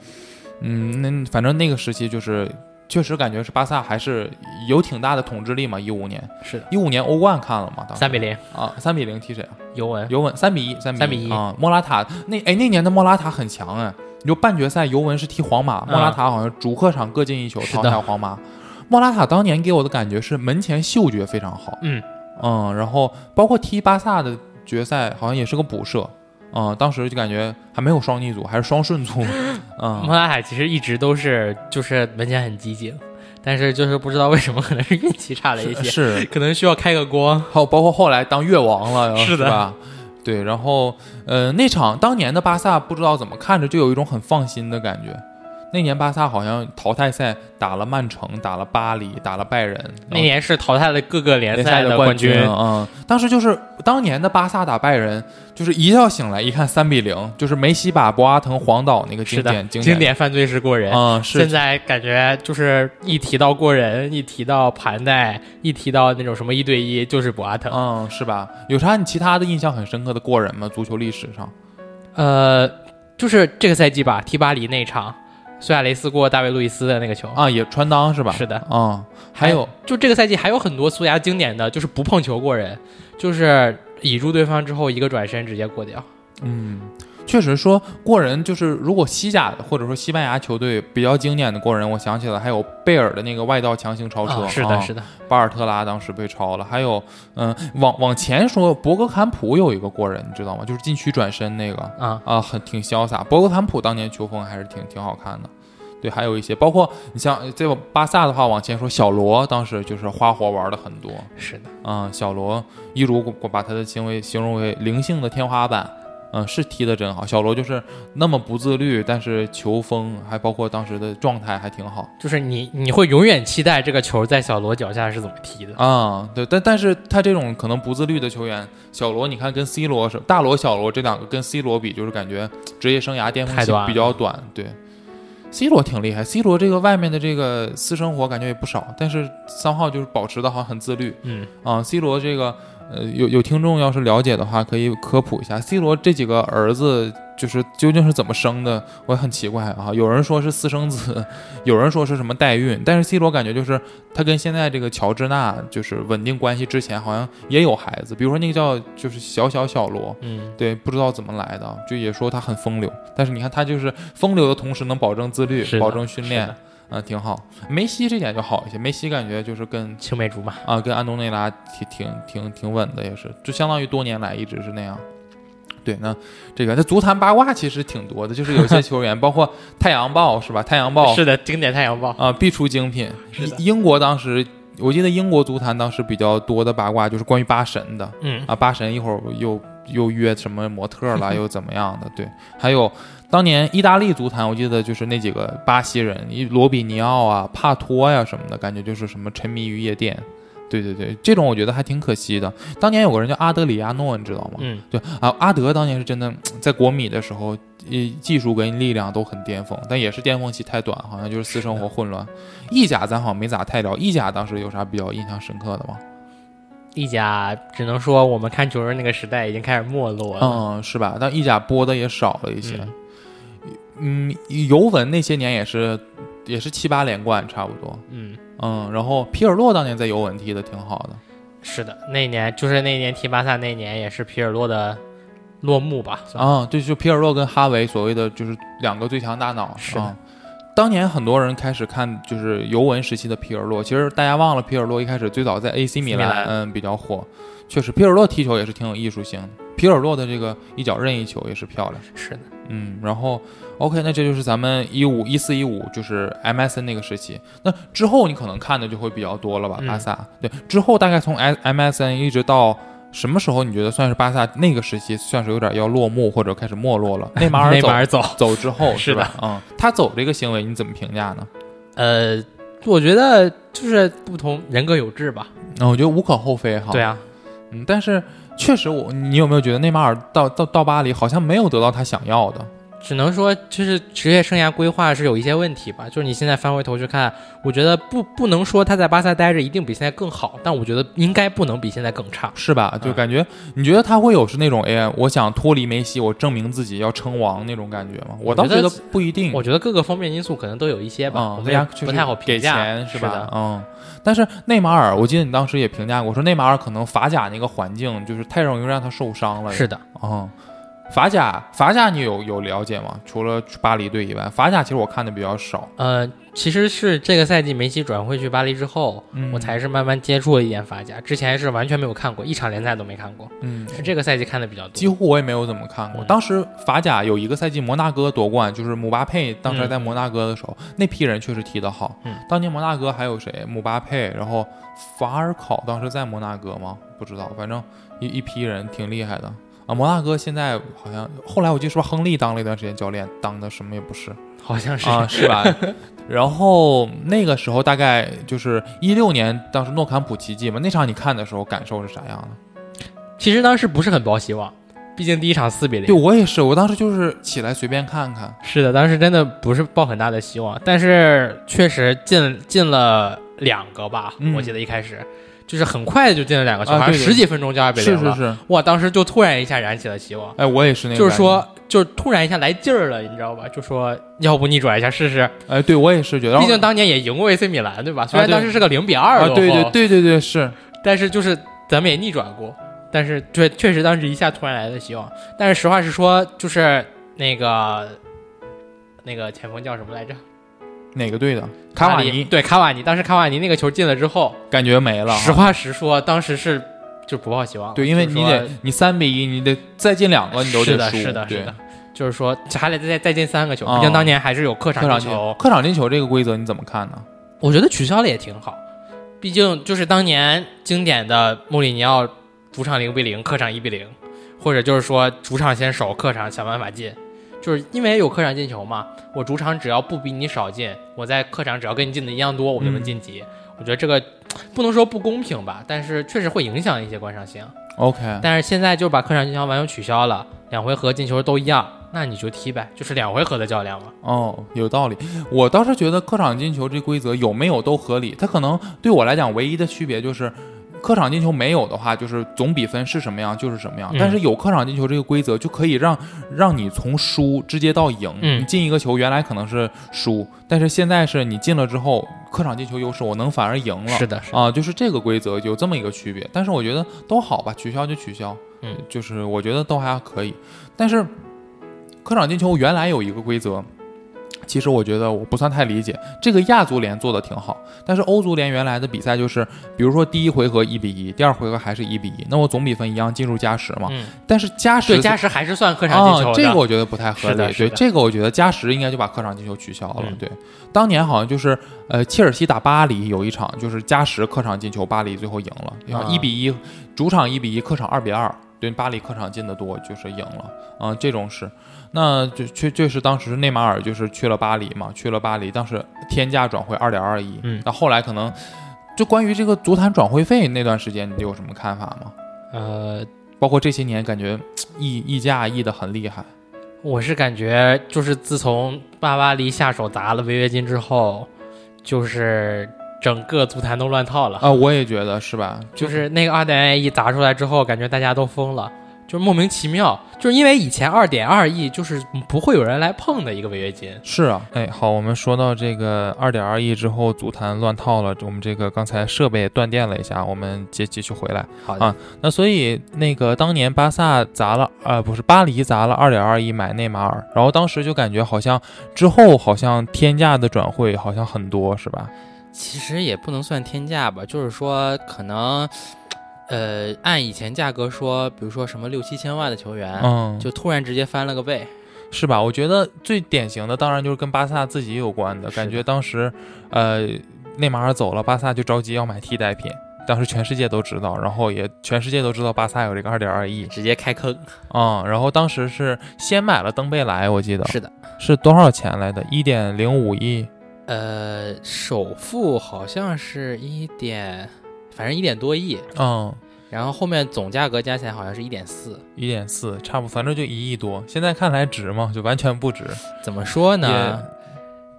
嗯，那反正那个时期就是。确实感觉是巴萨还是有挺大的统治力嘛，一五年，
是的，
一五年欧冠看了嘛，当时
三比零，
啊，三比零踢谁啊？
尤文
尤文三比一，三
3比一
啊！莫拉塔那哎那年的莫拉塔很强哎，你说半决赛尤文是踢皇马，莫拉塔好像主客场各进一球
嗯是
淘
的
汰皇马。莫拉塔当年给我的感觉是门前嗅觉非常好，
嗯
嗯，然后包括踢巴萨的决赛好像也是个补射，嗯，当时就感觉还没有双逆组，还是双顺组，嗯
莫拉海其实一直都是就是门前很激进，但是就是不知道为什么，可能是运气差了一些，
是啊
可能需要开个光。
还有包括后来当越王了，
是的
吧？对，然后呃，那场当年的巴萨不知道怎么看着就有一种很放心的感觉。那年巴萨好像淘汰赛打了曼城，打了巴黎，打了拜仁，
那年是淘汰了各个联
联赛
赛
的
冠
军。嗯，当时就是当年的巴萨打拜仁，就是一觉醒来一看三比零，就是梅西把博阿滕晃倒那个
是
经
的，
典
经
典。
犯罪是过人。
嗯，是
现在感觉就是一提到过人，一提到盘带，一提到那种什么一对一，就是博阿滕。
嗯，是吧？有啥你其他的印象很深刻的过人吗？足球历史上？
呃，就是这个赛季吧，踢巴黎那场，苏亚雷斯过大卫路易斯的那个球。
啊，也穿裆是吧？
是的，哎
嗯，还有
就这个赛季还有很多苏牙经典的，就是不碰球过人，就是倚住对方之后一个转身直接过掉。
嗯，确实说过人就是，如果西甲或者说西班牙球队比较经典的过人，我想起了还有贝尔的那个外道强行超车，
啊是的，是
的，
的，
巴尔特拉当时被超了，还有嗯，往往前说，博格坎普有一个过人，你知道吗？就是禁区转身那个
啊，
啊，很挺潇洒。博格坎普当年球风还是挺挺好看的。对，还有一些，包括你像这个巴萨的话，往前说，小罗当时就是花活玩的很多，
是的，
嗯，小罗一如我把他的行为形容为灵性的天花板，嗯，是踢得真好。小罗就是那么不自律，但是球风还包括当时的状态还挺好
就是你你会永远期待这个球在小罗脚下是怎么踢的。
啊、对，但但是他这种可能不自律的球员，小罗你看跟 C 罗是大罗小罗这两个跟 C 罗比，就是感觉职业生涯巅峰
太
期
短
比较短，对。 C 罗挺厉害，C 罗这个外面的这个私生活感觉也不少，但是三号就是保持的好像很自律
嗯
啊。C 罗这个，呃，有有听众要是了解的话，可以科普一下 C 罗这几个儿子就是究竟是怎么生的，我也很奇怪啊。有人说是私生子， 有人说是什么代孕，但是 C 罗感觉就是他跟现在这个乔治娜就是稳定关系之前好像也有孩子，比如说那个叫就是小小小罗，
嗯，
对，不知道怎么来的，就也说他很风流，但是你看他就是风流的同时能保证自律
是，的
保证训练
是的，
嗯，挺好。梅西这点就好一些，梅西感觉就是跟
青梅竹马。
啊跟安东内拉挺挺挺挺稳的，也是，就相当于多年来一直是那样。对，那这个那足坛八卦其实挺多的，就是有 些球员，包括太阳报是吧？太阳报
是的，经典太阳报。
啊、必出精品。
是的
英英国当时，我记得英国足坛当时比较多的八卦就是关于八神的，
嗯，
啊，八神一会儿又又约什么模特了，又怎么样的？对，还有当年意大利足坛，我记得就是那几个巴西人，一罗比尼奥啊、帕托呀、什么的，感觉就是什么沉迷于夜店。对对对，这种我觉得还挺可惜的。当年有个人叫阿德里亚诺，你知道吗？
嗯，
对啊，阿德当年是真的在国米的时候，呃，技术跟力量都很巅峰，但也是巅峰期太短，好像就是私生活混乱。意甲咱好像没咋太聊，意甲当时有啥比较印象深刻的吗？
意甲只能说我们看球儿那个时代已经开始没落了。
嗯，是吧？但意甲播的也少了一些
嗯。
嗯，尤文那些年也是也是七八连冠差不多。
嗯，
嗯，然后皮尔洛当年在尤文踢的挺好的。
是的，那一年就是那一年踢巴萨那一年，也是皮尔洛的落幕吧。算
啊，对，就皮尔洛跟哈维所谓的就是两个最强大脑。
是的
啊当年很多人开始看就是尤文时期的皮尔洛，其实大家忘了皮尔洛一开始最早在 AC 米
米
兰
兰
嗯比较火，确实皮尔洛踢球也是挺有艺术性的。皮尔洛的这个一脚任意球也是漂亮。
是的，
嗯，然后 OK，那这就是咱们一五一四一五就是 MSN 那个时期。那之后你可能看的就会比较多了吧？
嗯
巴萨、对，之后大概从 S MSN 一直到什么时候，你觉得算是巴萨那个时期算是有点要落幕或者开始没落了？内马尔
内
走
马尔走。
走之后
是的
吧？嗯，他走这个行为你怎么评价呢？
呃，我觉得就是不同人各有志吧。
嗯，我觉得无可厚非哈。
对，啊，
嗯，但是确实我，你有没有觉得内马尔到到到巴黎好像没有得到他想要的？
只能说就是职业生涯规划是有一些问题吧。就是你现在翻回头去看，我觉得不不能说他在巴萨待着一定比现在更好，但我觉得应该不能比现在更差。
是吧？就
嗯
感觉、你觉得他会有是那种哎呀，我想脱离梅西，我证明自己要称王那种感觉吗？我倒
觉得
得不一定。
我觉得各个方面因素可能都有一些吧，
嗯，
我
大
们
家
也
确
不
实
太好
给
评价，
钱是
是
吧
的？
嗯，但是内马尔，我记得你当时也评价过，说内马尔可能法甲那个环境就是太容易让他受伤了。
是的，
嗯，法甲法甲你有有了解吗？除了巴黎队以外，法甲其实我看的比较少。
呃，其实是这个赛季梅西转会去巴黎之后，
嗯
我才是慢慢接触了一点法甲，之前是完全没有看过，一场联赛都没看过，
嗯，
是这个赛季看的比较多。
几乎我也没有怎么看过。
嗯
当时法甲有一个赛季摩纳哥夺冠，就是姆巴佩当时
嗯
在摩纳哥的时候，那批人确实踢得好。
嗯
当年摩纳哥还有谁？姆巴佩，然后法尔考当时在摩纳哥吗？不知道，反正一一批人挺厉害的。啊，摩纳哥现在好像后来我记得是不是亨利当了一段时间教练，当的什么也不是
好像是、
啊，是吧？ 然后那个时候大概就是一六年，当时诺坎普奇迹嘛，那场你看的时候感受是啥样的？
其实当时不是很抱希望，毕竟第一场四比
对
零。
我也是，我当时就是起来随便看看，
是的，当时真的不是抱很大的希望，但是确实进进了两个吧，
嗯
我记得一开始就是很快就进了两个球，
啊
好像
对对
十几分钟就二比
是
零了。
是是，
哇，当时就突然一下燃起了希望，
哎，我也是那个，
就是，说，就是突然一下来劲儿了，你知道吧？就说要不逆转一下试啊试，
哎，对我也是觉得，然
毕
后
竟当年也赢过 AC 米兰，对吧？虽然
对
当时是个零比二
啊，
落后，
对对对对对是，
但是就是咱们也逆转过，但是确确实当时一下突然来的希望。但是实话实说，就是那个那个前锋叫什么来着？
哪个队的？卡瓦
里
尼
对卡瓦尼，当时卡瓦尼那个球进了之后，
感觉没了哈，啊
实话实说，当时是就不抱希望了。
对，因为
就是
你
说
得你三比一，你得再进两个，你都
是
得
的，
输，
是的，是
对
的。，就是说还得再再进三个球，
啊
毕竟当年还是有客场
客场
进
进
球。
客场进球这个规则你怎么看呢？
我觉得取消了也挺好，毕竟就是当年经典的穆里尼奥主场零比零，客场一比零，或者就是说主场先守，客场想办法进，就是因为有客场进球嘛。我主场只要不比你少进，我在客场只要跟你进的一样多，我就能晋
嗯
级。我觉得这个不能说不公平吧，但是确实会影响一些观赏性。
OK，
但是现在就把客场进球完全取消了，两回合进球都一样，
那你就踢呗，就是两回合的较量嘛。
哦，有道理。我倒是觉得客场进球这规则有没有都合理，它可能对我来讲唯一的区别就是。客场进球没有的话，就是总比分是什么样就是什么样。
嗯
但是有客场进球这个规则，就可以让让你从输直接到赢。
嗯
你进一个球，原来可能是输，但是现在是你进了之后，客场进球优势，我能反而赢了。
是的，是的，
啊，就是这个规则有这么一个区别，但是我觉得都好吧，取消就取消，
嗯，
就是我觉得都还可以。但是客场进球原来有一个规则，其实我觉得我不算太理解，这个亚足联做的挺好，但是欧足联原来的比赛就是，比如说第一回合一比一，第二回合还是一比一，那我总比分一样进入加时嘛，
嗯，
但是加时
对，加时还是算客场进球的。
啊。这个我觉得不太合
是的
理。
是
对，
的
这个我觉得加时应该就把客场进球取消了。
嗯
对，当年好像就是呃，切尔西打巴黎有一场就是加时客场进球，巴黎最后赢了，
啊
然后一比一，主场一比一，客场二比二。对，巴黎客场进的多，就是赢了。嗯、这种是，那就确确实当时内马尔就是去了巴黎嘛，去了巴黎，当时天价转会二点二亿。
嗯
那后来可能就关于这个足坛转会费那段时间，你有什么看法吗？
呃，
包括这些年，感觉溢溢价溢的很厉害。
我是感觉就是自从巴巴黎下手砸了违约金之后，就是整个足坛都乱套了。
啊，我也觉得是吧？
就是那个二点一亿砸出来之后，感觉大家都疯了，就是莫名其妙，就是因为以前二点二亿就是不会有人来碰的一个违约金。
是啊，哎，好，我们说到这个二点二亿之后，足坛乱套了，我们这个刚才设备也断电了一下，我们接继续回来。
好
的那所以那个当年巴萨砸了，呃，不是巴黎砸了二点二亿买内马尔，然后当时就感觉好像之后好像天价的转会好像很多是吧？
其实也不能算天价吧，就是说可能，呃，按以前价格说，比如说什么六七千万的球员，
嗯，
就突然直接翻了个倍。
是吧？我觉得最典型的当然就是跟巴萨自己有关的，
是的
感觉当时，呃，内马尔走了，巴萨就着急要买替代品。当时全世界都知道，然后也全世界都知道巴萨有这个二点二亿，
直接开坑，
嗯，然后当时是先买了登贝莱，我记得
是的，
是多少钱来的？一点零五亿，
呃，首付好像是一点，反正一点多亿，
嗯，
然后后面总价格加起来好像是一点四，
一点四，差不多，反正就一亿多。现在看来值吗？就完全不值。
怎么说呢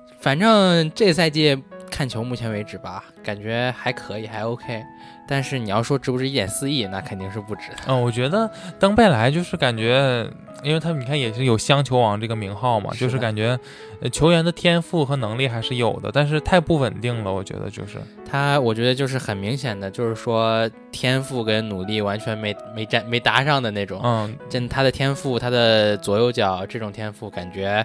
也？
反正这赛季看球目前为止吧，感觉还可以，还 OK。但是你要说值不值一点四亿，那肯定是不值的。
嗯，我觉得登贝莱就是感觉，因为他你看也是有香球王这个名号嘛，
是
就是
的
感觉、呃球员的天赋和能力还是有的，但是太不稳定了，我觉得就是
他我觉得就是很明显的，就是说天赋跟努力完全没没沾没搭上的那种。
嗯
真他的天赋，他的左右脚这种天赋，感觉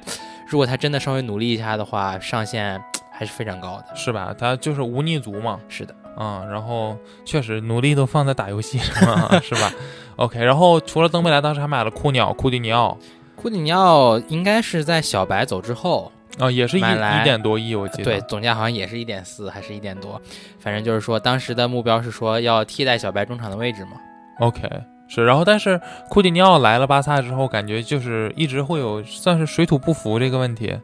如果他真的稍微努力一下的话，上限还是非常高的。
是吧？他就是无逆足嘛，
是的，
嗯，然后确实努力都放在打游戏上了， 是吧？OK，然后除了登贝莱，当时还买了库鸟、库蒂尼奥，
库蒂尼奥应该是在小白走之后，
啊、也是一
买
一
来
点多亿，我记得。
对，，总价好像也是一点四，还是一点多，反正就是说当时的目标是说要替代小白中场的位置嘛。
OK，是，然后但是库蒂尼奥来了巴萨之后，感觉就是一直会有算是水土不服这个问题。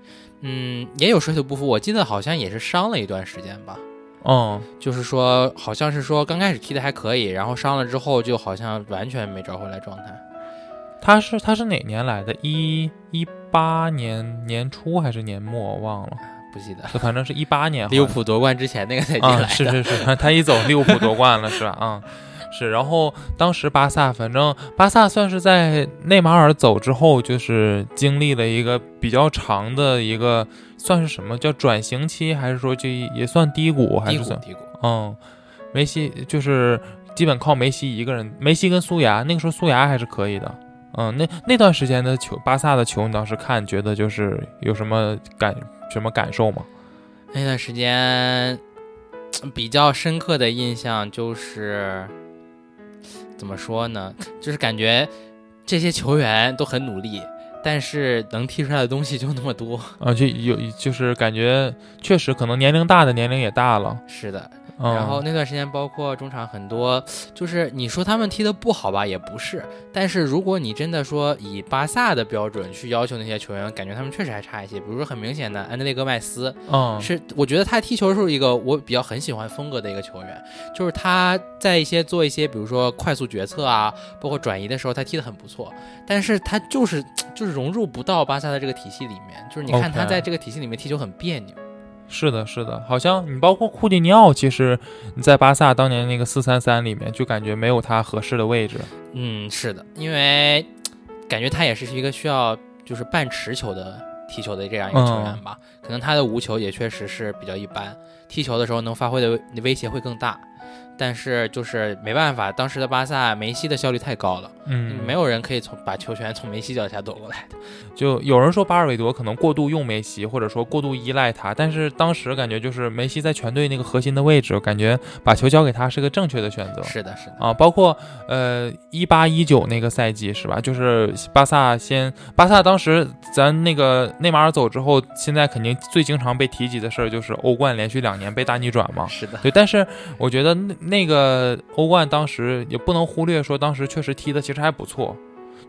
嗯，也有水土不服，我记得好像也是伤了一段时间吧。
嗯，
就是说，好像是说刚开始踢的还可以，然后伤了之后就好像完全没找回来状态。
他是他是哪年来的？一一八年年初还是年末？我忘了，
不记得
反正是一八年。
利物浦夺冠之前那个赛季来
啊，
的，
是是是，他一走利物浦夺冠了，是吧？啊、是。然后当时巴萨，反正巴萨算是在内马尔走之后，就是经历了一个比较长的一个，算是什么叫转型期，还是说这也算低谷，还
低
是
谷
算
低谷。
嗯，梅西就是基本靠梅西一个人，梅西跟苏牙那个时候苏牙还是可以的。嗯，那那段时间的球，巴萨的球，你当时看觉得就是有什么感什么感受吗？
那段时间比较深刻的印象就是，怎么说呢？就是感觉这些球员都很努力，但是能踢出来的东西就那么多。
啊，就有就是感觉确实可能年龄大的年龄也大了，
是的，
嗯
然后那段时间，包括中场很多，就是你说他们踢得不好吧，也不是。但是如果你真的说以巴萨的标准去要求那些球员，感觉他们确实还差一些。比如说很明显的安德烈戈麦斯，
嗯
是我觉得他踢球的时候一个我比较很喜欢风格的一个球员，就是他在一些做一些比如说快速决策啊，包括转移的时候，他踢得很不错。但是他就是就是融入不到巴萨的这个体系里面，就是你看他
OK
在这个体系里面踢球很别扭。
是的，是的，好像你包括库蒂尼奥，其实你在巴萨当年那个四三三里面，就感觉没有他合适的位置。
嗯，是的，因为感觉他也是一个需要就是半持球的踢球的这样一个球员
嗯
吧，可能他的无球也确实是比较一般，踢球的时候能发挥的威威胁会更大。但是就是没办法，当时的巴萨梅西的效率太高了，
嗯，
没有人可以从把球权从梅西脚下夺过来的。
就有人说巴尔韦德可能过度用梅西，或者说过度依赖他，但是当时感觉就是梅西在全队那个核心的位置，感觉把球交给他是个正确的选择。
是的，是的，
啊，包括呃一八一九那个赛季是吧？就是巴萨先，巴萨当时咱那个内马尔走之后，现在肯定最经常被提及的事儿就是欧冠连续两年被大逆转嘛。
是的，
啊对，但是我觉得那那个欧冠当时也不能忽略，说当时确实踢的其实还不错。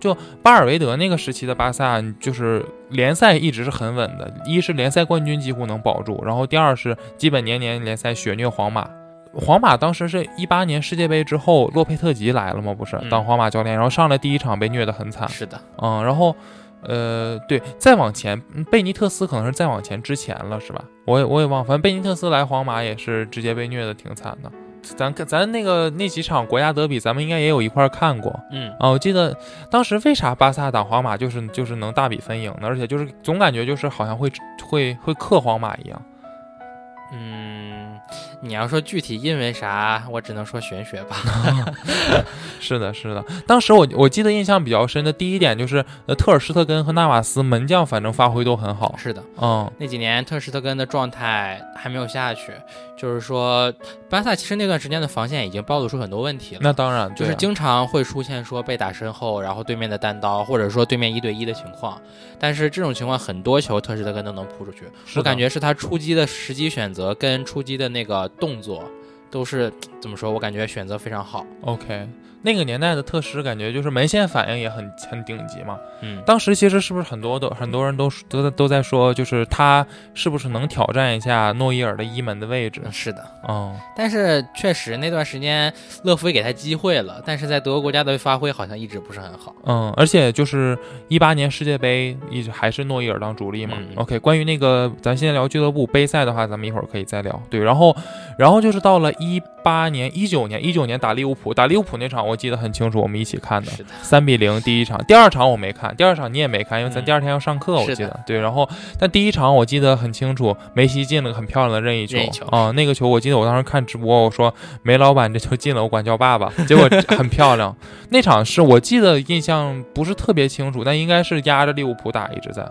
就巴尔韦德那个时期的巴萨，就是联赛一直是很稳的，一是联赛冠军几乎能保住，然后第二是基本年年联赛血虐皇马。皇马当时是一八年世界杯之后，洛佩特吉来了嘛，不是
嗯
当皇马教练，然后上来第一场被虐得很惨，
是的，
嗯，然后，呃，对，再往前，嗯贝尼特斯可能是再往前之前了，是吧？我也我也忘，反正贝尼特斯来皇马也是直接被虐的挺惨的。咱咱那个那几场国家德比，咱们应该也有一块儿看过
嗯，
啊。我记得当时为啥巴萨打皇马就是就是能大比分赢呢？而且就是总感觉就是好像会会会克皇马一样。
嗯，你要说具体因为啥，我只能说玄学吧。
是的，是的。当时我我记得印象比较深的第一点就是，呃，特尔施特根和纳瓦斯门将反正发挥都很好。
是的。
嗯，
那几年特施特根的状态还没有下去，就是说巴萨其实那段时间的防线已经暴露出很多问题了。
那当然，
就
对
是
啊
经常会出现说被打身后，然后对面的单刀，或者说对面一对一的情况。但是这种情况很多球特施特根都能扑出去，
是
我感
的
觉是他出击的时机选择跟出击的那个动作都是怎么说？我感觉选择非常好。
OK，那个年代的特施感觉就是门线反应也很很顶级嘛。
嗯，
当时其实是不是很多都很多人都都在都在说，就是他是不是能挑战一下诺伊尔的一门的位置？
是的。
嗯，
但是确实那段时间勒夫也给他机会了，但是在德国国家队发挥好像一直不是很好。
嗯，而且就是一八年世界杯一直还是诺伊尔当主力嘛。
嗯
OK，关于那个咱现在聊俱乐部杯赛的话，咱们一会儿可以再聊。对，然后然后就是到了一八年、一九年、一九年打利物浦，打利物浦那场我记得很清楚，我们一起看的。
是的，
三比零第一场，第二场我没看，第二场你也没看，因为咱
嗯
第二天要上课，我
是
记
的
得对。然后，但第一场我记得很清楚，梅西进了个很漂亮的任意球
任意球
啊、那个球我记得我当时看直播，我说梅老板这球进了，我管叫爸 爸，结果很漂亮。那场是我记得印象不是特别清楚，但应该是压着利物浦打一直在，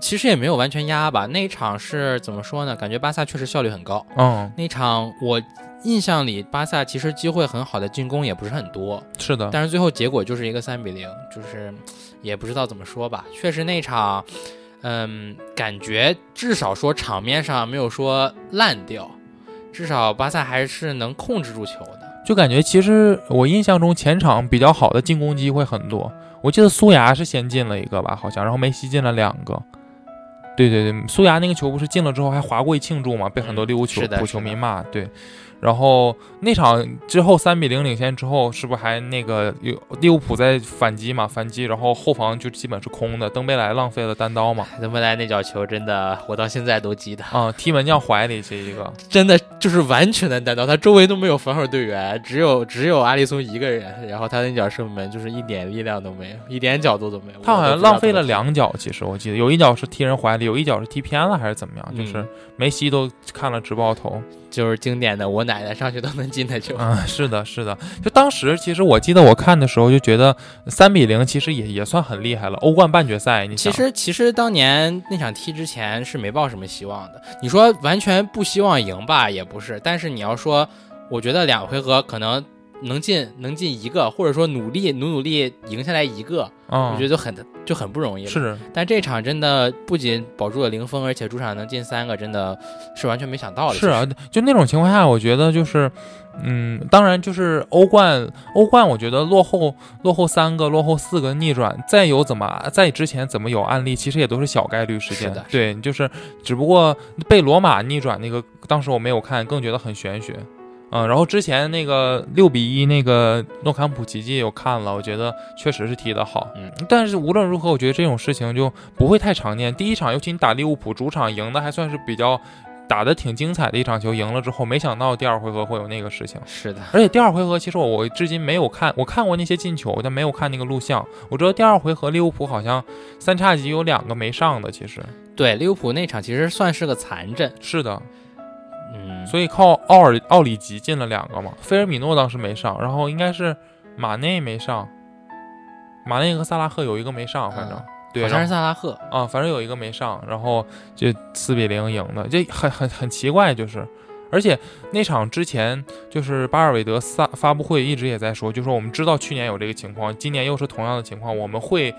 其实也没有完全压吧。那一场是怎么说呢？感觉巴萨确实效率很高。
嗯，
那场我印象里，巴萨其实机会很好的进攻也不是很多，
是的，
但是最后结果就是一个三比零，就是也不知道怎么说吧。确实那场，嗯，感觉至少说场面上没有说烂掉，至少巴萨还是能控制住球的。
就感觉其实我印象中前场比较好的进攻机会很多，我记得苏牙是先进了一个吧，好像，然后梅西进了两个。对对对，苏牙那个球不是进了之后还划过去庆祝嘛，被很多利物球
嗯是的
浦
是
球迷
的
骂。对，然后那场之后三比零领先之后，是不是还那个有利物浦在反击嘛？反击，然后后防就基本是空的，登贝莱浪费了单刀嘛，
登贝莱那脚球真的，我到现在都记得，
啊、踢门将怀里这一个。
真的就是完全的单刀，他周围都没有防守队员，只有只有阿利松一个人，然后他那脚射门就是一点力量都没有，一点角度都没有。
他好
我
像
都不知道
浪费了
怎么
两脚，其实我记得有一脚是踢人怀里，有一脚是踢偏了还是怎么样，就是
嗯
梅西都看了直爆头。
踢，就是经典的我奶奶上去都能进的球。
嗯，是的，是的。就当时其实我记得我看的时候就觉得三比零其实也也算很厉害了，欧冠半决赛你
其
想。
实，其实当年那场踢之前是没抱什么希望的。你说完全不希望赢吧，也不是。但是你要说，我觉得两回合可能能进能进一个，或者说努力努努力赢下来一个，
嗯，
我觉得就很就很不容易了。
是
但这场真的不仅保住了零封，而且主场能进三个，真的是完全没想到的。
是啊，就那种情况下，我觉得就是，嗯，当然就是欧冠，欧冠我觉得落后落后三个，落后四个逆转，再有怎么在之前怎么有案例，其实也都是小概率事
是
件
的。
对，就是只不过被罗马逆转那个，当时我没有看，更觉得很玄学。嗯，然后之前那个六比一那个诺坎普奇迹有看了，我觉得确实是踢得好。
嗯，
但是无论如何，我觉得这种事情就不会太常见。第一场，尤其你打利物浦主场赢的还算是比较打得挺精彩的一场球，赢了之后，没想到第二回合会有那个事情。
是的，
而且第二回合其实我我至今没有看，我看过那些进球，但没有看那个录像。我知道第二回合利物浦好像三叉戟有两个没上的，其实
对利物浦那场其实算是个残阵，
是的，
嗯，
所以靠奥尔奥里吉进了两个嘛。菲尔米诺当时没上，然后应该是马内没上，马内和萨拉赫有一个没上，反正、
嗯
对，
好
然
像
后
是萨拉赫，
啊，反正有一个没上，然后就四比零赢的，这很很很奇怪，就是，而且那场之前就是巴尔韦德发发布会一直也在说，就说我们知道去年有这个情况，今年又是同样的情况，我们会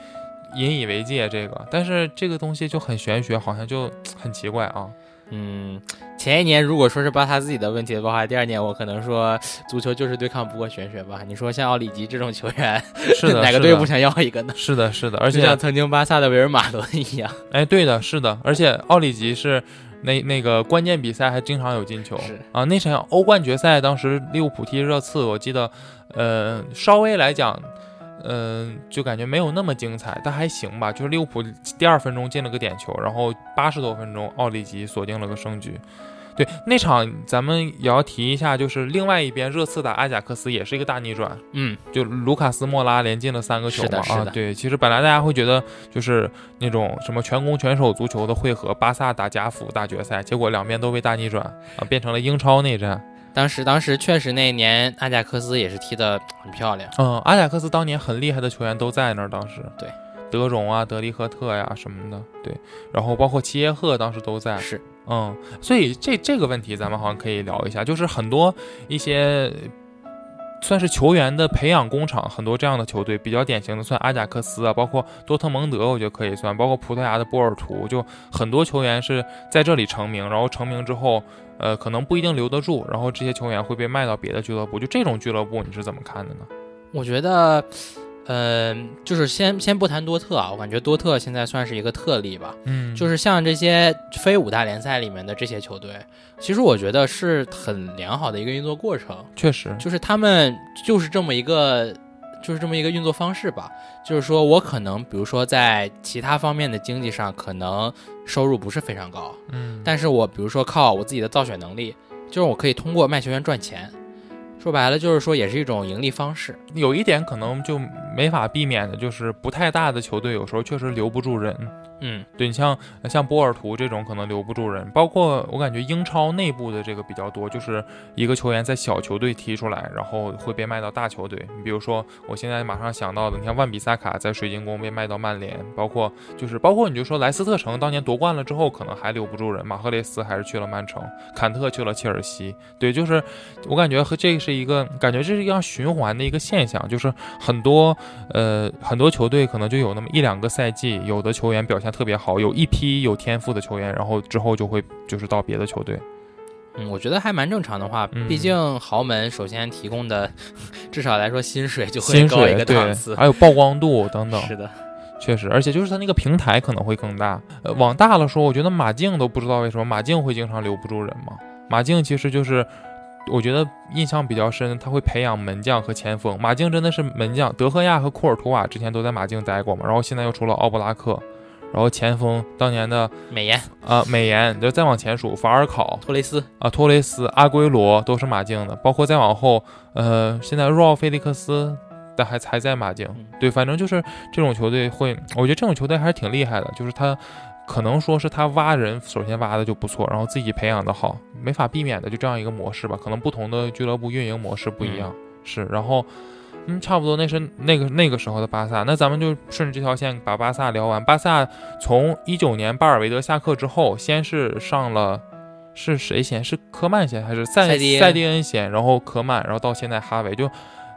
引以为戒这个，但是这个东西就很玄学，好像就很奇怪啊。
嗯，前一年如果说是巴萨自己的问题的话，第二年我可能说足球就是对抗不过玄学吧。你说像奥里吉这种球员，
是的，
哪个
是
队
的
不想啊要一个呢？
是的，是的，而
就
且
像曾经巴萨的维尔马伦一样，
哎，对的，是的，而且奥里吉是那那个关键比赛还经常有进球
是
啊。那场欧冠决赛，当时利物浦踢热刺，我记得，呃，稍微来讲，嗯、就感觉没有那么精彩，但还行吧。就是利物浦第二分钟进了个点球，然后八十多分钟奥里吉锁定了个胜局。对那场，咱们也要提一下，就是另外一边热刺打阿贾克斯也是一个大逆转，
嗯，
就卢卡斯莫拉连进了三个球
是的
嘛
是
啊
的，
对，其实本来大家会觉得就是那种什么全攻全守足球的汇合，巴萨打贾府大决赛，结果两边都被大逆转啊，变成了英超内战。
当时当时确实那一年阿贾克斯也是踢得很漂亮，
嗯，阿贾克斯当年很厉害的球员都在那儿，当时
对，
德容啊、德利赫特呀、什么的，对，然后包括齐耶赫当时都在，
是
嗯，所以这这个问题咱们好像可以聊一下，就是很多一些呃算是球员的培养工厂，很多这样的球队比较典型的，算阿贾克斯啊，包括多特蒙德，我觉得可以算，包括葡萄牙的波尔图，就很多球员是在这里成名，然后成名之后，呃，可能不一定留得住，然后这些球员会被卖到别的俱乐部，就这种俱乐部你是怎么看的呢？
我觉得，嗯、就是先先不谈多特啊，我感觉多特现在算是一个特例吧。
嗯
就是像这些非五大联赛里面的这些球队，其实我觉得是很良好的一个运作过程，
确实，
就是他们就是这么一个。就是这么一个运作方式吧，就是说我可能，比如说在其他方面的经济上，可能收入不是非常高，
嗯，
但是我比如说靠我自己的造血能力，就是我可以通过卖球员赚钱，说白了就是说也是一种盈利方式。
有一点可能就没法避免的，就是不太大的球队有时候确实留不住人。
嗯，
对你像像波尔图这种可能留不住人，包括我感觉英超内部的这个比较多，就是一个球员在小球队踢出来，然后会被卖到大球队。你比如说，我现在马上想到的，你像万比萨卡在水晶宫被卖到曼联，包括就是包括你就说莱斯特城当年夺冠了之后，可能还留不住人，马赫雷斯还是去了曼城，坎特去了切尔西。对，就是我感觉和这是一个感觉这是一样循环的一个现象，就是很多呃，很多球队可能就有那么一两个赛季，有的球员表现特别好，有一批有天赋的球员，然后之后就会就是到别的球队。
嗯，我觉得还蛮正常的话，
嗯
毕竟豪门首先提供的， 至少来说薪水就会
薪
高一
水
个档次
对，。还有曝光度等等，
是的，
确实，而且就是他那个平台可能会更大。呃，往大了说，我觉得马竞都不知道为什么马竞会经常留不住人嘛。马竞其实就是，我觉得印象比较深，他会培养门将和前锋。马竞真的是门将，德赫亚和库尔图瓦之前都在马竞待过嘛，然后现在又出了奥布拉克，然后前锋当年的
美颜、
啊，美颜，就再往前数，法尔考
托雷斯，
啊、托雷斯、阿圭罗都是马竞的，包括再往后，呃，现在若奥菲利克斯，但还还在马竞
嗯。
对，反正就是这种球队会，我觉得这种球队还是挺厉害的，就是他可能说是他挖人，首先挖的就不错，然后自己培养的好，没法避免的就这样一个模式吧。可能不同的俱乐部运营模式不一样，是，然后。嗯，差不多，那是那个那个时候的巴萨。那咱们就顺着这条线把巴萨聊完。巴萨从一九年巴尔韦德下课之后，先是上了是谁先？是科曼先还是塞
塞蒂恩
塞蒂恩先？然后科曼，然后到现在哈维，就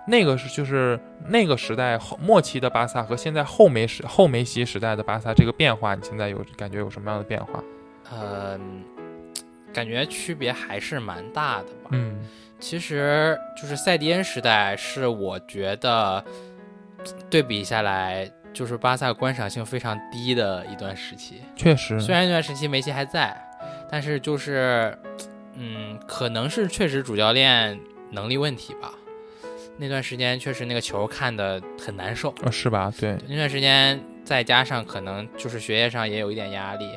那个是就是那个时代后末期的巴萨和现在后梅时后梅西时代的巴萨这个变化，你现在有感觉有什么样的变化？
嗯，感觉区别还是蛮大的吧。
嗯
其实就是塞迪恩时代是我觉得对比下来，就是巴萨观赏性非常低的一段时期。
确实，
虽然那段时期梅西还在，但是就是，嗯，可能是确实主教练能力问题吧。那段时间确实那个球看的很难受，
呃是吧？对，
那段时间再加上可能就是学业上也有一点压力，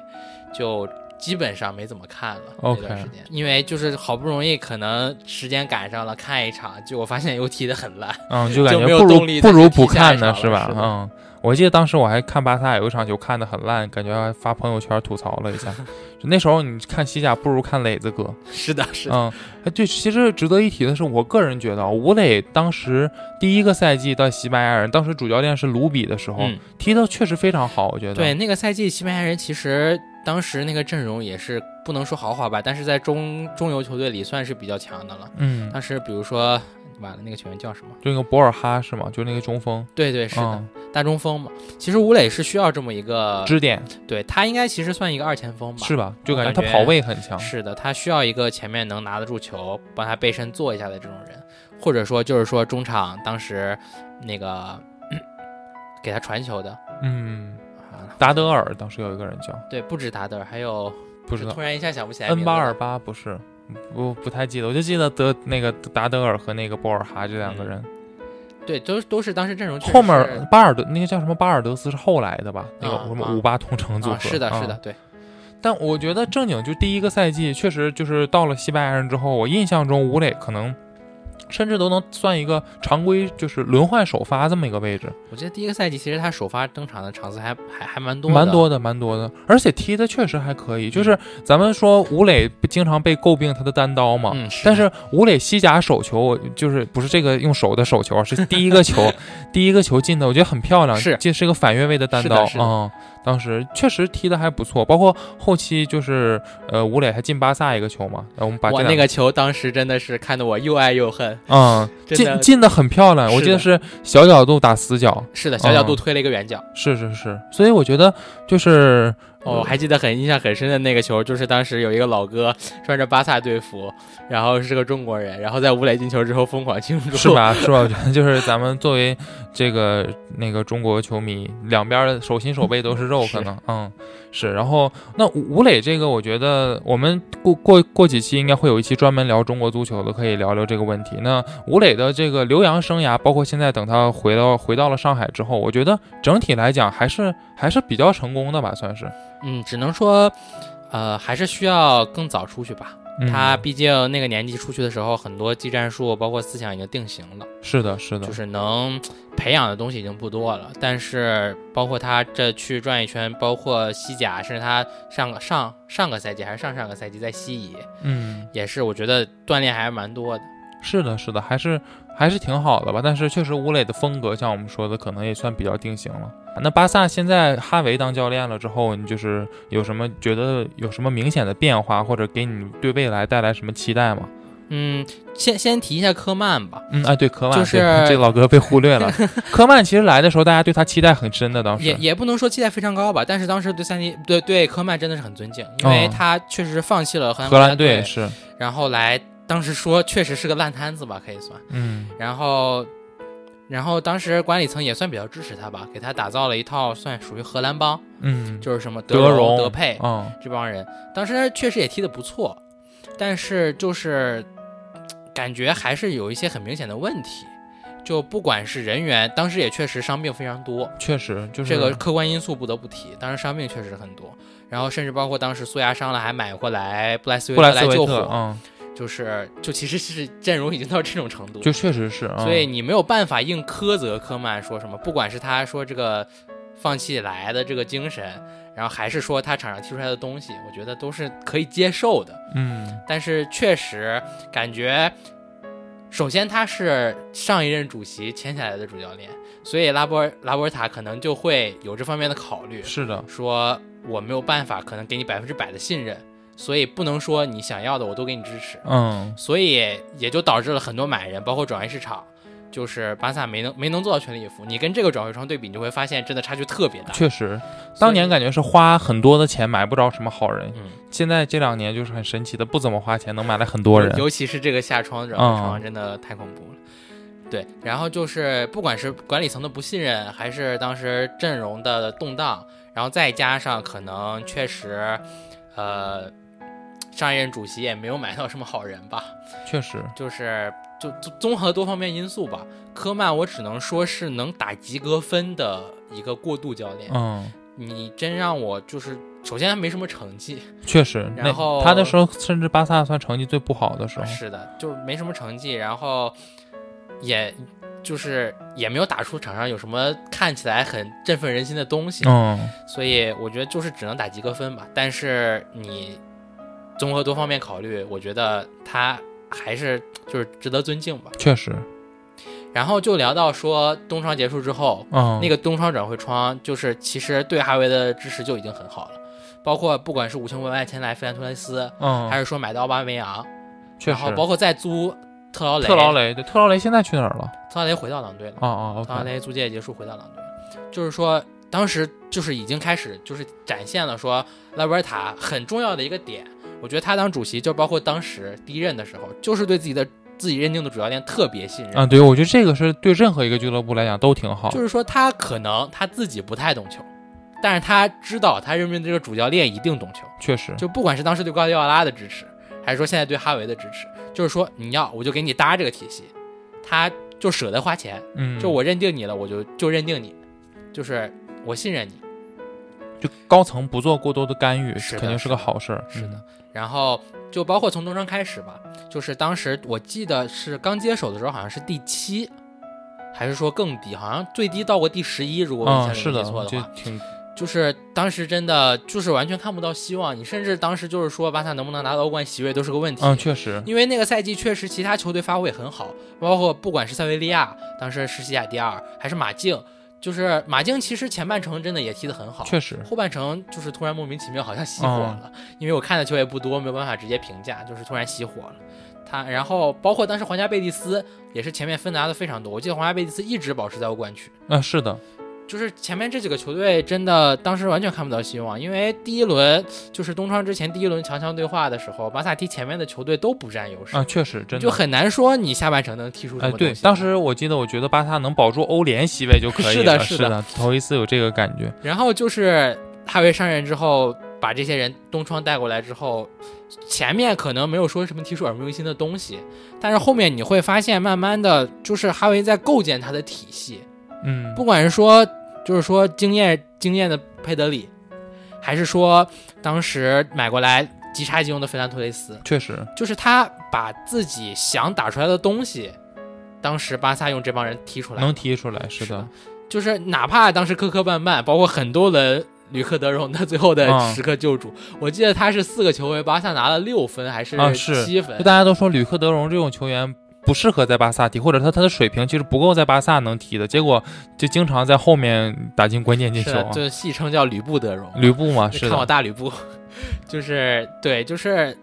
就基本上没怎么看了。
OK
那段时间，因为就是好不容易可能时间赶上了看一场，结果发现又踢得很烂。
嗯，就感
就
觉
没有
不如
动力
不
再
如
去
不
踢下
看
一
呢，
场
是
了
吧
是？的
嗯，我记得当时我还看巴萨有一场球看的很烂，感觉还发朋友圈吐槽了 一下。就那时候你看西甲不如看磊子哥，
是的，是的，
嗯，哎对，其实值得一提的是，我个人觉得啊吴磊当时第一个赛季到西班牙人，当时主教练是卢比的时候，
嗯，
踢的确实非常好，我觉得。
对，，那个赛季西班牙人其实当时那个阵容也是不能说豪华吧，但是在中中游球队里算是比较强的了。
嗯，
当时比如说，完了那个球员叫什么？
就那个博尔哈是吗？就那个中锋，
对对，是的，
嗯，
大中锋嘛。其实吴磊是需要这么一个，
支点
对他应该其实算一个二前锋吧。
是吧？就感
我
觉
感
他
觉
跑位很强，
是的，他需要一个前面能拿得住球，帮他背身做一下的这种人，或者说就是说中场当时那个 给他传球的
嗯，
啊，
达德尔当时有一个人叫，
对，不止达德尔，还有
不知道。
突然一下想不起来名
N
字
八
了
二八不是，不不太记得，我就记得德那个达德尔和那个博尔哈这两个人。
对，都都是当时嗯阵容确实
后面
是
巴尔德那个叫什么巴尔德斯是后来的吧？那个
啊
什么
啊
五八同城组合、
啊，是的，
啊
是的，。对，
但我觉得正经就第一个赛季，确实就是到了西班牙人之后，我印象中吴磊可能。甚至都能算一个常规，就是轮换首发这么一个位置，
我记得第一个赛季其实他首发登场的场次还还还蛮多的，
蛮多的，蛮多的，而且踢的确实还可以。就是咱们说吴磊不经常被诟病他的单刀嘛，
嗯，
但
是
是吴磊西甲手球，我就是不是这个用手的手球，啊是第一个 球，第一个球进的，我觉得很漂亮，
是
这是个反越位的单
是的
刀，
是的
嗯，当时确实踢的还不错，包括后期就是呃吴磊还进巴萨一个球嘛，然后我们把这
我
两
那个球当时真的是看得我又爱又恨，
嗯
真
进
的
进的很漂亮，我
是
记得
的
是小角度打死角，
是的，小角
嗯
度推了一个远角。
是是是，所以我觉得就是
哦，我还记得很印象很深的那个球，就是当时有一个老哥穿着巴萨队服，然后是个中国人，然后在吴磊进球之后疯狂庆 祝，
是？吧？是吧？我觉得就是咱们作为这个那个中国球迷，两边的手心手背都是肉，
是
可能嗯是。然后那吴吴磊这个，我觉得我们过过过几期应该会有一期专门聊中国足球的，可以聊聊这个问题。那吴磊的这个留洋生涯，包括现在等他回到回到了上海之后，我觉得整体来讲还是还是比较成功的吧，算是。
嗯，只能说，呃，还是需要更早出去吧。
嗯
他毕竟那个年纪出去的时候，很多技战术包括思想已经定型了，
是的，是的
就，是能培养的东西已经不多了。但是包括他这去转一圈，包括西甲，甚至他上个上上个赛季还是上上个赛季在西乙，
嗯。
也是我觉得锻炼还是蛮多的。
是的，是的，还是还是挺好的吧。但是确实吴磊的风格，像我们说的，可能也算比较定型了。那巴萨现在哈维当教练了之后，你就是有什么觉得有什么明显的变化，或者给你对未来带来什么期待吗？
嗯，先先提一下科曼吧。
嗯，哎，对，科曼，
就是
对这个老哥被忽 略了。科曼其实来的时候，大家对他期待很深的，当
也
时
也不能说期待非常高吧，但是当时对三迪对对科曼真的是很尊敬，因为
嗯
他确实是放弃了荷兰
荷兰
队
队，是，
然后来当时说确实是个烂摊子吧，可以算。
嗯
然后，然后当时管理层也算比较支持他吧，给他打造了一套算属于荷兰帮，
嗯，
就是什么
德
容、
容
德佩
嗯
这帮人，当时确实也踢得不错，但是就是感觉还是有一些很明显的问题。就不管是人员，当时也确实伤病非常多，
确实就是
这个客观因素不得不提，当时伤病确实很多，然后甚至包括当时苏牙伤了还买回来布莱斯维
布莱斯
来
维
救
特，
火，
嗯，
就是就其实是阵容已经到这种程度，
就确实是，嗯
所以你没有办法硬苛责科曼说什么，不管是他说这个放弃来的这个精神，然后还是说他场上踢出来的东西，我觉得都是可以接受的，
嗯
但是确实感觉，首先他是上一任主席签下来的主教练，所以拉波尔拉波尔塔可能就会有这方面的考虑，
是的，
说我没有办法，可能给你百分之百的信任，所以不能说你想要的我都给你支持，
嗯
所以也就导致了很多买人，包括转会市场，就是巴萨没能没能做到全力以赴。你跟这个转会窗对比，你就会发现真的差距特别大。
确实，当年感觉是花很多的钱买不着什么好人，
嗯，
现在这两年就是很神奇的，不怎么花钱能买来很多人。嗯
尤其是这个下窗转会窗真的太恐怖了。对，然后就是不管是管理层的不信任，还是当时阵容的动荡，然后再加上可能确实，呃，上一任主席也没有买到什么好人吧，
确实，
就是就综综合多方面因素吧。科曼我只能说是能打及格分的一个过渡教练，
嗯，
你真让我就是。首先他没什么成绩，
确实。
然后
那他那时候甚至巴萨算成绩最不好的时候，
是的，就没什么成绩，然后也就是也没有打出场上有什么看起来很振奋人心的东西，
嗯，
所以我觉得就是只能打及格分吧。但是你综合多方面考虑，我觉得他还是就是值得尊敬吧。
确实，
然后就聊到说冬窗结束之后，
嗯，
那个东窗转会窗，就是其实对哈维的支持就已经很好了，包括不管是五千万外签来费兰托雷斯，
嗯，
还是说买到奥巴梅扬，
确
然
实
后。包括再租特劳雷，
特劳雷，对，特劳雷现在去哪儿了？
特劳雷回到狼队了，
啊啊
特劳
，OK，
雷租借结束回到狼队，就是说当时就是已经开始就是展现了说拉波尔塔很重要的一个点，我觉得他当主席就包括当时第一任的时候，就是对自己的自己认定的主教练特别信任，
啊，对，我觉得这个是对任何一个俱乐部来讲都挺好
就。是说他可能他自己不太懂球，但是他知道他认为这个主教练一定懂球，
确实，
就不管是当时对瓜迪奥拉的支持，还是说现在对哈维的支持，就是说你要我就给你搭这个体系，他就舍得花钱，
嗯，
就我认定你了，我就就认定你，就是我信任你。
就高层不做过多的干预，
是的
肯定是个好事儿。
是的
嗯，
然后就包括从东窗开始吧，就是当时我记得是刚接手的时候，好像是第七，还是说更低，好像最低到过第十一，如果我
嗯，
印
是
象
的
没记，错的
就
话，
挺
就是当时真的就是完全看不到希望，你甚至当时就是说巴萨能不能拿到欧冠席位都是个问题。
嗯，确实，
因为那个赛季确实其他球队发挥也很好，包括不管是塞维利亚当时是西甲第二，还是马竞，就是马竞其实前半程真的也踢得很好，
确实，嗯
后半程就是突然莫名其妙好像熄火了，因为我看的球也不多，没有办法直接评价，就是突然熄火了。他然后包括当时皇家贝蒂斯也是前面分拿的非常多，我记得皇家贝蒂斯一直保持在欧冠区，
嗯，是的，
就是前面这几个球队真的当时完全看不到希望，因为第一轮就是东窗之前第一轮强强对话的时候，巴萨踢前面的球队都不占优势，
啊，确实，真
就
的。
很难说你下半程能踢出什
哎，
么东西。
对，当时我记得，我觉得巴萨能保住欧联席位就可以
是
了。
的
是
是的
的，头一次有这个感觉。
然后就是哈维上任之后，把这些人东窗带过来之后，前面可能没有说什么提出耳目一新的东西，但是后面你会发现，慢慢的就是哈维在构建他的体系，
嗯，
不管是说就是说经验经验的佩德里，还是说当时呃买过来极差金融的费兰托雷斯，
确实，
就是他把自己想打出来的东西，当时巴萨用这帮人踢出来了，
能提出来，是
是
的
的，就是哪怕当时磕磕绊绊，包括很多轮吕克德容他最后的
嗯
时刻救助，我记得他是四个球回巴萨拿了六分还是
啊是
七分
就，大家都说吕克德容这种球员不适合在巴萨踢，或者他他的水平其实不够在巴萨能踢的，结果就经常在后面打进关键进
是
球
的
啊。
就戏称叫吕布德容，
吕布嘛，
就是看我
啊的，
大吕布， 就是对，就是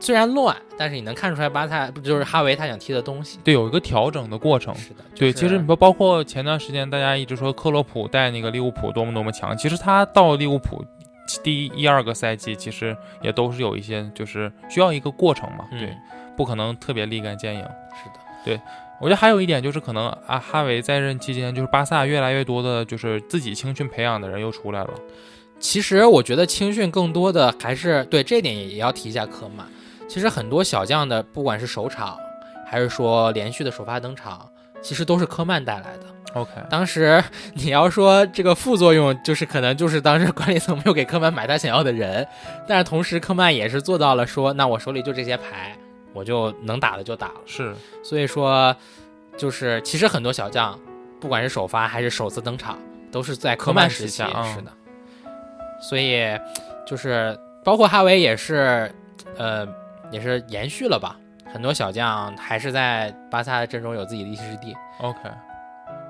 虽然乱，但是你能看出来巴萨不就是哈维他想踢的东西，
对，有一个调整的过程。
是的，
对，
就是
其实你包包括前段时间大家一直说克洛普带那个利物浦多么多么强，其实他到利物浦第一一二个赛季，其实也都是有一些就是需要一个过程嘛，
嗯
对，不可能特别立竿见影。
是的，
我觉得还有一点就是，可能啊，哈维在任期间，就是巴萨越来越多的就是自己青训培养的人又出来了。
其实我觉得青训更多的还是对这点也也要提一下科曼。其实很多小将的，不管是首场还是说连续的首发登场，其实都是科曼带来的。
OK，
当时你要说这个副作用，就是可能就是当时管理层没有给科曼买他想要的人，但是同时科曼也是做到了说，那我手里就这些牌，我就能打的就打了。
是
所以说，就是其实很多小将，不管是首发还是首次登场，都是在科曼时期，嗯
科曼时期啊
是的。所以就是包括哈维也是，呃，也是延续了吧。很多小将还是在巴萨的阵中有自己的一席之地。
OK，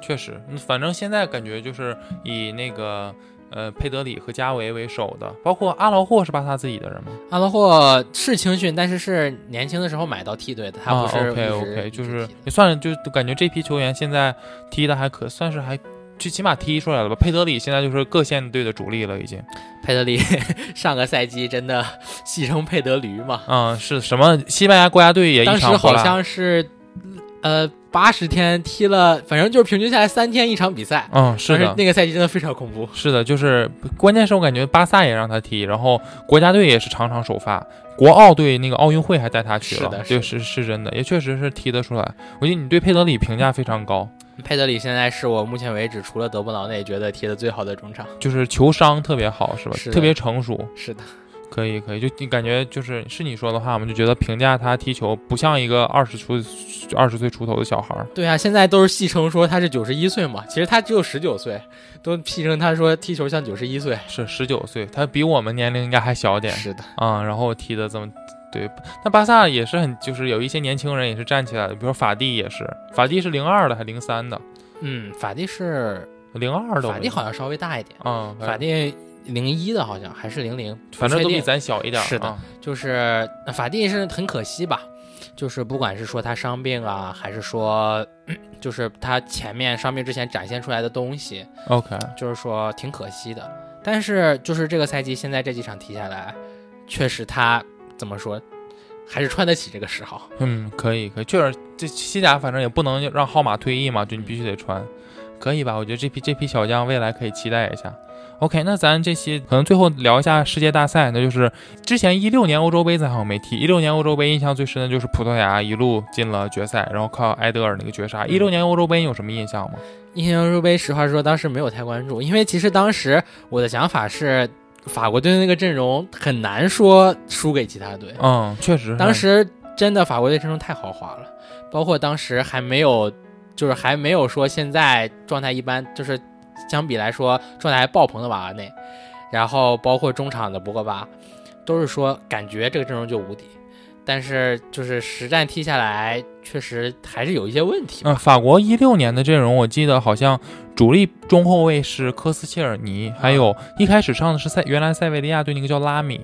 确实，嗯反正现在感觉就是以那个呃佩德里和加维为首的，包括阿劳霍是巴萨自己的人吗？
阿拉霍是青训，但是是年轻的时候买到梯队的，他不是一
啊、
直、
OK OK，就
一直
是
踢的
也算是就感觉这批球员现在踢的还可，算是还最起码踢出来了吧。佩德里现在就是各线队的主力了，已经。
佩德里上个赛季真的戏称佩德驴嘛，
嗯，是什么？西班牙国家队也
当
一
时
场不
好
落
像是呃八十天踢了，反正就是平均下来三天一场比赛。
嗯，是
但
的，
那个赛季真的非常恐怖。
是的，就是关键是我感觉巴萨也让他踢，然后国家队也是场场首发，国奥队那个奥运会还带他去了，
是的是
对，
的
是是真的，也确实是踢得出来。我觉得你对佩德里评价非常高，
佩德里现在是我目前为止除了德布劳内觉得踢得最好的中场。
就是球商特别好，是吧？
是的
特别成熟，
是的，
可以可以，就你感觉就是是你说的话，我们就觉得评价他踢球不像一个二十出二十岁出头的小孩儿。
对啊，现在都是戏称说他是九十一岁嘛，其实他只有十九岁，都戏称他说踢球像九十一岁。
是十九岁，他比我们年龄应该还小点
是的，
啊、然后踢的这么对，那巴萨也是很，就是有一些年轻人也是站起来的，比如说法蒂也是，法蒂是零二的还零三的，
嗯，法蒂是
零二的我
法蒂好像稍微大一点，
啊，嗯
法蒂零一的好像还是零零，
反正
不
都
确
比
定
咱小一点儿，
是的
啊
就是呃法蒂是很可惜吧，就是不管是说他伤病啊，还是说就是他前面伤病之前展现出来的东西，
OK，
就是说挺可惜的。但是就是这个赛季现在这几场踢下来，确实他怎么说，还是穿得起这个十号。
嗯，可以可以，确实这西甲反正也不能让号码退役嘛，就你必须得穿，可以吧？我觉得这批这批小将未来可以期待一下。OK，那咱这期可能最后聊一下世界大赛，那就是之前一六年欧洲杯咱好像没踢，一六年欧洲杯印象最深的就是葡萄牙一路进了决赛，然后靠埃德尔那个绝杀。
嗯
一六年欧洲杯你有什么印象吗？
印象入杯，实话说当时没有太关注，因为其实当时我的想法是，法国队的那个阵容很难说输给其他队。
嗯，确实是，
当时真的法国队阵容太豪华了，包括当时还没有，就是还没有说现在状态一般，就是相比来说状态还爆棚的瓦拉内，然后包括中场的博格巴，都是说感觉这个阵容就无敌，但是就是实战踢下来，确实还是有一些问题吧。
嗯，法国一六年的阵容，我记得好像主力中后卫是科斯切尔尼，还有
啊
一开始上的是塞原来塞维利亚队那个叫拉米，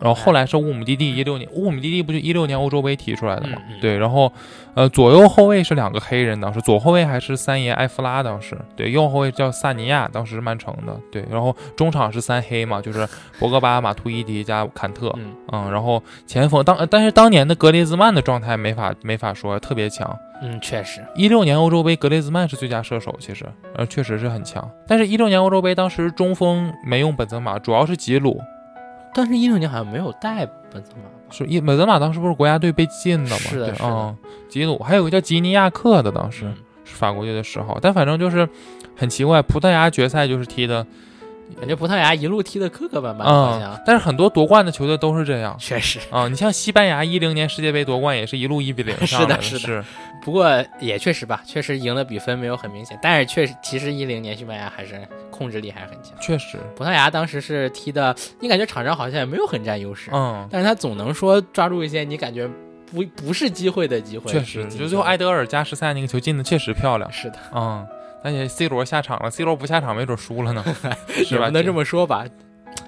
然后后来是乌姆蒂蒂一六年，乌姆蒂蒂不就一六年欧洲杯提出来的吗？
嗯嗯
对，然后呃左右后卫是两个黑人，当时左后卫还是三爷埃弗拉，当时对右后卫叫萨尼亚，当时是曼城的，对，然后中场是三黑嘛，就是博格巴、马图伊迪加坎特，
嗯
嗯，然后前锋当呃但是当年的格列兹曼的状态没法没法说，特别强。
嗯，确实，
一六年欧洲杯，格雷兹曼是最佳射手，其实呃确实是很强。但是，一六年欧洲杯当时中锋没用本泽马，主要是吉鲁。
当时一六年好像没有带本泽马吧？
是一本泽马当时不是国家队被禁了吗？
是的
对
是的嗯
嗯，吉鲁还有个叫吉尼亚克的，当时、是法国队的十号。但反正就是很奇怪，葡萄牙决赛就是踢的，
感觉葡萄牙一路踢得磕磕绊绊，好像、
嗯，但是很多夺冠的球队都是这样。
确实。
啊、你像西班牙一零年世界杯夺冠也是一路一比零上
是的
来
是的
是
不过也确实吧，确实赢的比分没有很明显，但是确实，其实一零年西班牙还是控制力还是很强。
确实，
葡萄牙当时是踢的，你感觉场上好像也没有很占优势，
嗯，
但是他总能说抓住一些你感觉不不是机会的机会去
确
进球。
实，就最后埃德尔加时赛那个球进的确实漂亮。
是的，
嗯，而且 C 罗下场了，C 罗不下场没准输 了呢，是
也
吧？
不能这。么说吧，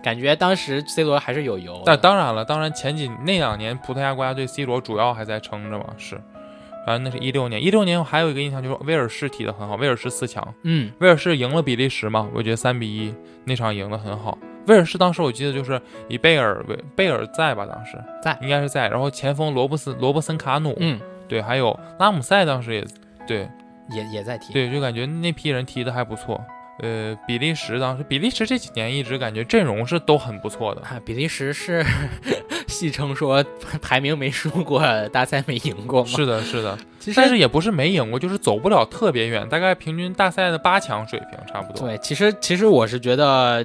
感觉当时 C 罗还是有油的。
但当然了，当然前几那两年葡萄牙国家队 C 罗主要还在撑着嘛，是。反正那是一六年，一六年我还有一个印象就是威尔士踢得很好，威尔士四强，
嗯，
威尔士赢了比利时嘛，我觉得三比一那场赢得很好。威尔士当时我记得就是以贝尔为贝尔在吧，当时
在
应该是在，然后前锋罗布斯罗伯森卡努，
嗯，
对，还有拉姆塞当时也对，
也也在踢。
对，就感觉那批人踢的还不错。呃，比利时当时，比利时这几年一直感觉阵容是都很不错的。
啊，比利时是 戏称说排名没输过，大赛没赢过嘛。
是的，是的，
其实
但是也不是没赢过，就是走不了特别远，大概平均大赛的八强水平差不多。
对，其实其实我是觉得，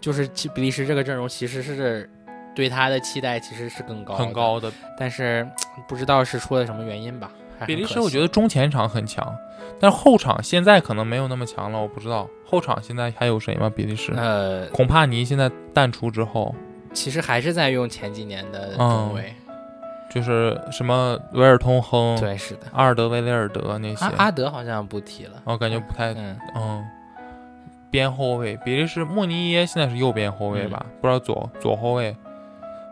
就是其比利时这个阵容其实是对他的期待其实是更高，
很，高的。
但是不知道是出了什么原因吧。还
比利时
哎很可惜
我觉得中前场很强，但是后场现在可能没有那么强了，我不知道后场现在还有谁吗？比利时，
呃，
孔帕尼现在淡出之后，
其实还是在用前几年
嗯
的中卫，
就是什么维尔通亨、
对，啊是的。
嗯阿尔德维雷尔德那些，
阿阿德好像不踢了，
我感觉不太
嗯，
嗯，边后卫，比利时莫尼耶现在是右边后卫吧？不知道左左后卫，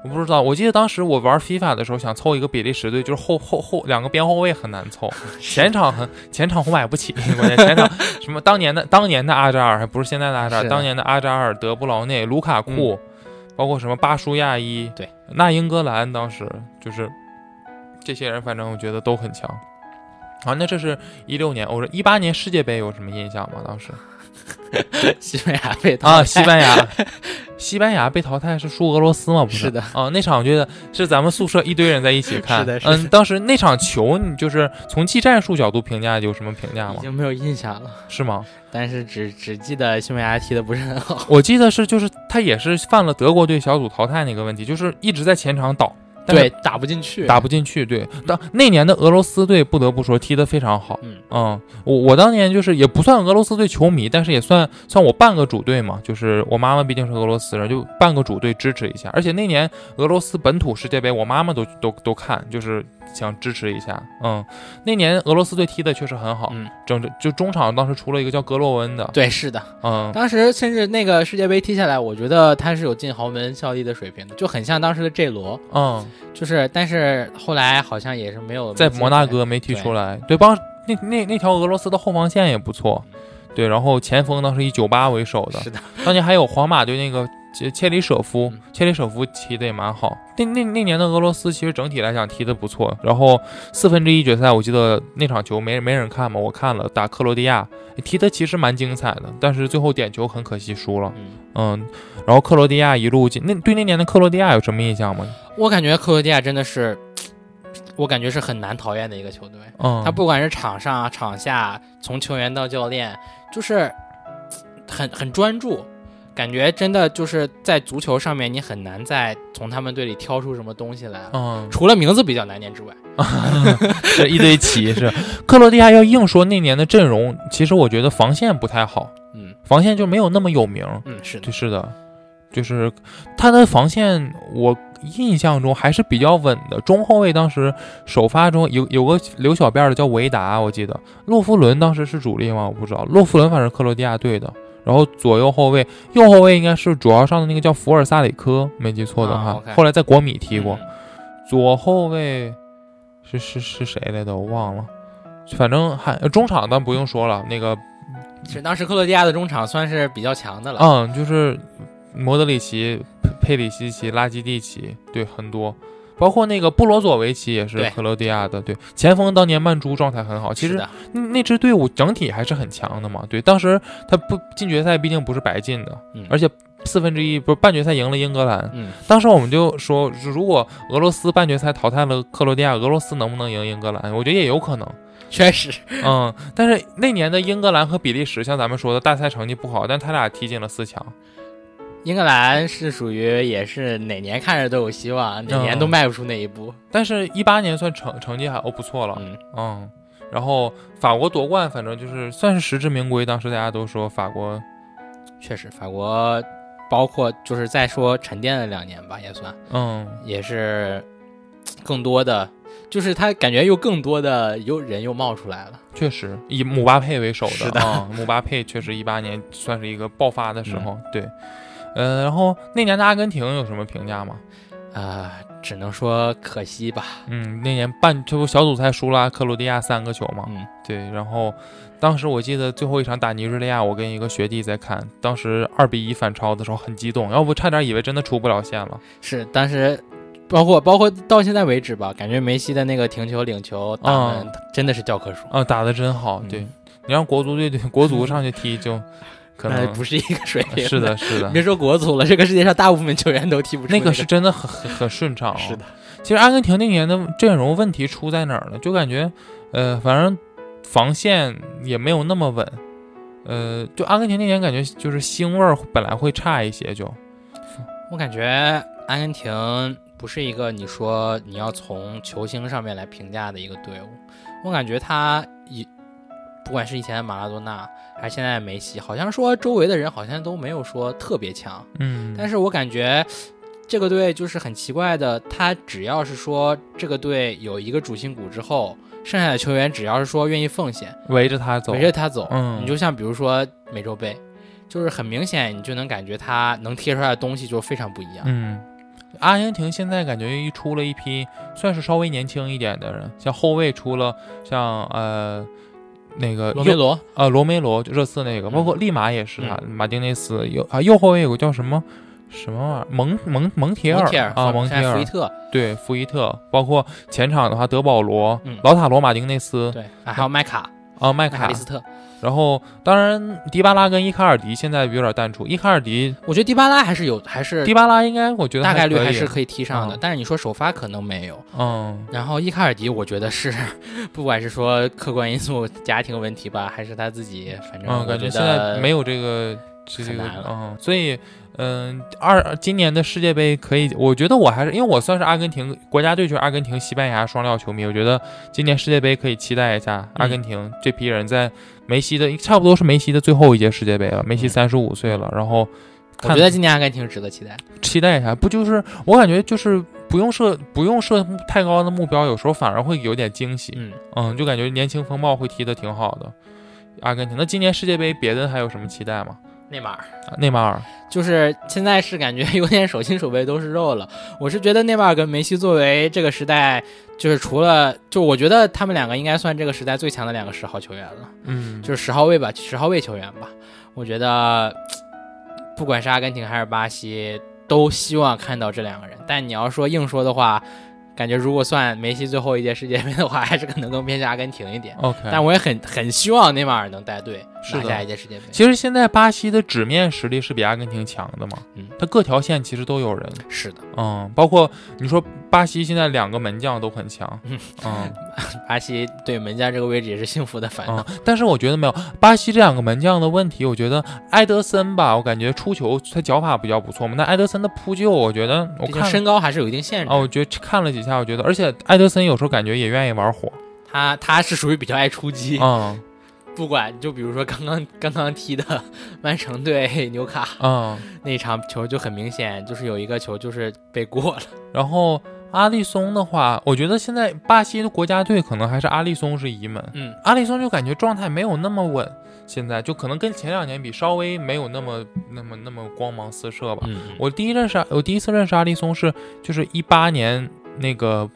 我不知道。我记得当时我玩 FIFA 的时候，想凑一个比利时队，就是后后后两个边后卫很难凑，
嗯
前场很前场我买不起， 关键前场什么当年的当年的阿扎尔还不是现在的阿扎尔，
是嗯
当年的阿扎尔、德布劳内、卢卡库，包括什么巴舒亚伊，
对，
那英格兰当时就是这些人，反正我觉得都很强。啊，那这是一六年欧洲，一八年世界杯有什么印象吗？当时？
啊西班牙被淘汰
啊，西班牙， 西班牙被淘汰是输俄罗斯吗？不
是的
啊，那场我觉得是咱们宿舍一堆人在一起看。
是的是的
嗯，当时那场球，你就是从技战术角度评价有什么评价
已
吗？
经没有印象了，
是吗？
但是只只记得西班牙踢的不是很好，
我记得是，就是他也是犯了德国队小组淘汰那个问题，就是一直在前场倒。但是
对，打不进去，
打不进去，对。当那年的俄罗斯队不得不说踢得非常好，
嗯
我我当年就是也不算俄罗斯队球迷，但是也算算我半个主队嘛，就是我妈妈毕竟是俄罗斯人，就半个主队支持一下。而且那年俄罗斯本土世界杯，我妈妈都都都看，就是想支持一下，嗯。那年俄罗斯队踢的确实很好，
嗯，
整整就中场当时出了一个叫格洛温的，
对，是的，
嗯，
当时甚至那个世界杯踢下来，我觉得他是有进豪门效力的水平的，就很像当时的 J 罗，
嗯，
就是但是后来好像也是没有
在摩纳
没进
哥没踢出来，对帮那那那条俄罗斯的后防线也不错，对，然后前锋当时以九八为首的，
来嗯是的，
当年还有皇马队那个切切里舍夫
嗯，
切里舍夫踢的也蛮好。那那那年的俄罗斯其实整体来讲踢的不错，然后四分之一决赛我记得那场球没没人看嘛，我看了打克罗地亚，踢的其实蛮精彩的，但是最后点球很可惜输了，
嗯，
嗯，然后克罗地亚一路进，那对那年的克罗地亚有什么印象吗？
我感觉克罗地亚真的是，我感觉是很难讨厌的一个球队，
嗯，
他不管是场上啊场下，从球员到教练，就是很很专注。感觉真的就是在足球上面，你很难再从他们队里挑出什么东西来了，
嗯，
除了名字比较难念之外，
是一堆旗是。克罗地亚要硬说那年的阵容，其实我觉得防线不太好，
嗯
防线就没有那么有名。
嗯，是的
对，，是的，就是他的防线，我印象中还是比较稳的。中后卫当时首发中有有个留小辫儿的叫维达，我记得洛夫伦当时是主力吗？我不知道，洛夫伦反正克罗地亚队的。然后左右后卫，右后卫应该是主要上的那个叫福尔萨里科，没记错的
啊
话，
，OK
后来在国米踢过。
嗯
左后卫是是是谁来的？我忘了，反正还中场咱不用说了，那个
是当时克罗地亚的中场算是比较强的了。
嗯，就是莫德里奇、佩佩里西奇、拉基蒂奇，对，很多，包括那个布罗佐维奇也是
对
克罗地亚的，对，前锋当年曼珠状态很好，其
是
实
的
那那支队伍整体还是很强的嘛，对，当时他不进决赛毕竟不是白进的，
嗯
而且四分之一不是半决赛赢了英格兰，
嗯，
当时我们就说，如果俄罗斯半决赛淘汰了克罗地亚，俄罗斯能不能赢英格兰？我觉得也有可能。
确实，
嗯，但是那年的英格兰和比利时，像咱们说的大赛成绩不好，但他俩踢进了四强。
英格兰是属于也是哪年看着都有希望，哪年都
嗯
迈不出那一步。
但是，一八年算成成绩还哦不错了，
嗯，
嗯。然后法国夺冠，反正就是算是实至名归。当时大家都说法国，
确实，法国包括就是再说沉淀了两年吧，也算
嗯，
也是更多的，就是他感觉又更多的有人又冒出来了。
确实以姆巴佩为首
是
的
的
啊、嗯 姆巴佩确实一八年算是一个爆发的时
嗯
候，对。呃，然后那年的阿根廷有什么评价吗？
啊、只能说可惜吧。
嗯，那年半这不小组赛输了克罗地亚三个球吗？
嗯，
对，然后当时我记得最后一场打尼日利亚，我跟一个学弟在看，当时二比一反超的时候很激动，要不差点以为真的出不了线了。
是当时。包括包括到现在为止吧，感觉梅西的那个停球领球打门、真的是教科书，
啊，打得真好，哦对、
嗯
你让国足队队国足上去踢就可
那
能
哎不是一个水平。
是的，是的
你，别说国足了，这个世界上大部分球员都踢不出
那个
个
是真的很很很顺畅、哦。
是的，
其实阿根廷那年的阵容问题出在哪儿呢？就感觉，呃，反正防线也没有那么稳，呃，就阿根廷那年感觉就是腥味儿本来会差一些就，
我感觉阿根廷不是一个你说你要从球星上面来评价的一个队伍。我感觉他以不管是以前的马拉多纳，还是现在的梅西，好像说周围的人好像都没有说特别强。
嗯，
但是我感觉这个队就是很奇怪的，他只要是说这个队有一个主心骨之后，剩下的球员只要是说愿意奉献，
围着他走，
围着他走，
嗯
你就像比如说美洲杯，就是很明显，你就能感觉他能贴出来的东西就非常不一样。
嗯，阿根廷现在感觉一出了一批算是稍微年轻一点的人，像后卫出了像呃那个
罗梅嗯
右
罗
呃罗梅罗就热刺那个，包括利马也是他，啊马丁内斯右啊右后卫有个叫什么什么玩意儿蒙蒙蒙铁尔
蒙铁尔
啊
和
蒙铁
现在福
尔
伊特，
对福伊特，包括前场的话德保罗、
嗯
老塔罗、马丁内斯
对，啊还有麦卡、
啊麦
麦卡
卡
利，斯特。
然后当然迪巴拉跟伊卡尔迪现在有点淡出，伊卡尔迪
我觉得迪巴拉还是有，还是
迪巴拉应该我觉得
大概率
可
还
以
是可以踢上的，
嗯
但是你说首发可能没有。
嗯。
然后伊卡尔迪，我觉得是，不管是说客观因素、家庭问题吧，还是他自己，反正
嗯，
我
感
觉
觉现在
得
没有这个这
很
个
难了
嗯，所以嗯，二今年的世界杯可以，我觉得我还是因为我算是阿根廷国家队，就是阿根廷、西班牙双料球迷，我觉得今年世界杯可以期待一下阿
嗯
根廷这批人在梅西的差不多是梅西的最后一届世界杯了，梅西
嗯
三十五岁了，然后
我
看
觉得今年阿根廷值得期待。
期待一下，不就是我感觉就是。不用设不用设太高的目标，有时候反而会有点惊喜。
嗯，
嗯，就感觉年轻风暴会踢得挺好的。阿根廷，那今年世界杯别的还有什么期待吗？
内马尔
啊内马尔，
就是现在是感觉 有点手心手背都是肉了。我是觉得内马尔跟梅西作为这个时代，就是除了就我觉得他们两个应该算这个时代最强的两个十号球员了，
嗯，
就是十号位吧，十号位球员吧。我觉得不管是阿根廷还是巴西，都希望看到这两个人。但你要说硬说的话，感觉如果算梅西最后一届世界杯的话，还是可能更偏向阿根廷一点。
OK。
但我也很很希望内马尔能带队
嗯是
拿
的
下一届世界杯。
其实现在巴西的纸面实力是比阿根廷强的嘛，
嗯
他各条线其实都有人，
是的，
嗯，包括你说巴西现在两个门将都很强，嗯
嗯巴西对门将这个位置也是幸福的烦恼。
嗯，但是我觉得没有巴西这两个门将的问题，我觉得埃德森吧，我感觉出球他脚法比较不错嘛，但埃德森的扑救，我觉得我
毕竟
看
身高还是有一定限制。
啊，我觉得看了几下，我觉得，而且埃德森有时候感觉也愿意玩火，
他他是属于比较爱出击，
嗯
不管就比如说刚刚刚刚踢的 曼城对纽卡
嗯，
那场球就很明显，就是有一个球就是被过了。
然后阿利松的话，我觉得现在巴西的国家队可能还是阿利松是一门，
嗯，
阿里松就感觉状态没有那么稳，现在就可能跟前两年比稍微没有那么那么那么光芒四射吧。
嗯
我第一认识我第一次认识阿里松是就是一八年那个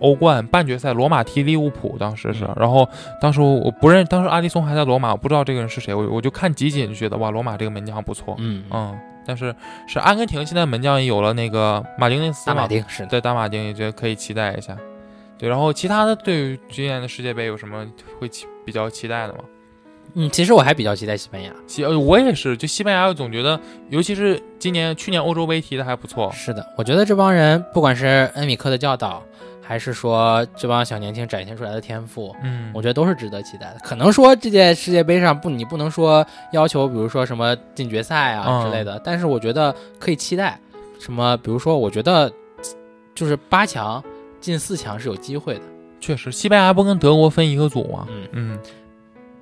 欧冠半决赛，罗马踢利物浦，当时是，
嗯
然后当时我不认，当时阿里松还在罗马，我不知道这个人是谁，我我就看集锦就觉得哇，罗马这个门将不错，
嗯嗯，
嗯，但是是阿根廷现在门将也有了那个马丁内斯
大
嘛
马，丁是的。
在打马丁也觉得可以期待一下。对，然后其他的对于今年的世界杯有什么会期比较期待的吗？
嗯，其实我还比较期待西班牙。
西，呃我也是，就西班牙，我总觉得，尤其是今年去年欧洲杯踢的还不错。
是的，我觉得这帮人不管是恩里克的教导，还是说这帮小年轻展现出来的天赋，
嗯，
我觉得都是值得期待的。可能说这届世界杯上不，你不能说要求，比如说什么进决赛啊
嗯
之类的，但是我觉得可以期待。什么，比如说，我觉得就是八强进四强是有机会的。
确实，西班牙不跟德国分一个组吗？
嗯，
嗯，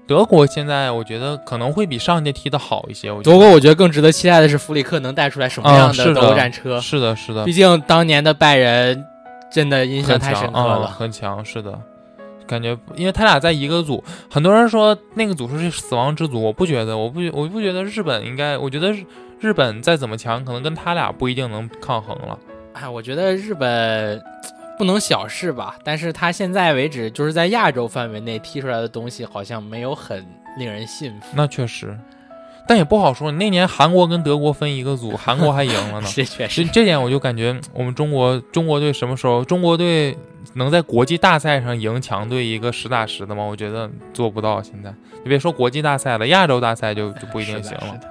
德国现在我觉得可能会比上届踢的好一些。我觉
德国我觉得更值得期待的是弗里克能带出来什么
啊
样
是
的
的
德国战车
得。是的，是的
毕，竟当年的拜仁真的印象
很
太
强
深刻
嗯
了。
很强，是的。感觉，因为他俩在一个组，很多人说那个组是死亡之组，我不觉得，我不，我不觉得日本应该，我觉得日日本再怎么强，可能跟他俩不一定能抗衡了。
哎，我觉得日本。呃不能小视吧，但是他现在为止就是在亚洲范围内踢出来的东西，好像没有很令人信服。
那确实，但也不好说。那年韩国跟德国分一个组，韩国还赢了 呢。
是确
这
实，
这点我就感觉我们中国中国队什么时候中国队能在国际大赛上赢强队一个实打实的吗？我觉得做不到。现在你别说国际大赛了，亚洲大赛就就不一定
是
行
的
了
是。的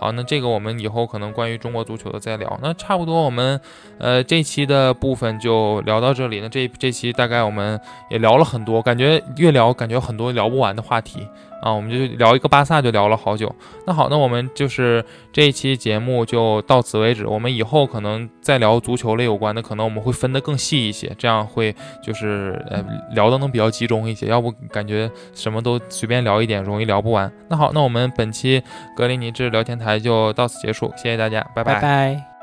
好，那这个我们以后可能关于中国足球的再聊。那差不多我们呃这期的部分就聊到这里。那这这期大概我们也聊了很多，感觉越聊感觉很多聊不完的话题啊，我们就聊一个巴萨就聊了好久。那好，那我们就是这一期节目就到此为止。我们以后可能再聊足球类有关的，可能我们会分得更细一些，这样会就是呃聊的能比较集中一些，要不感觉什么都随便聊一点，容易聊不完。那好，那我们本期格林尼治聊天台就到此结束，谢谢大家，拜
拜拜。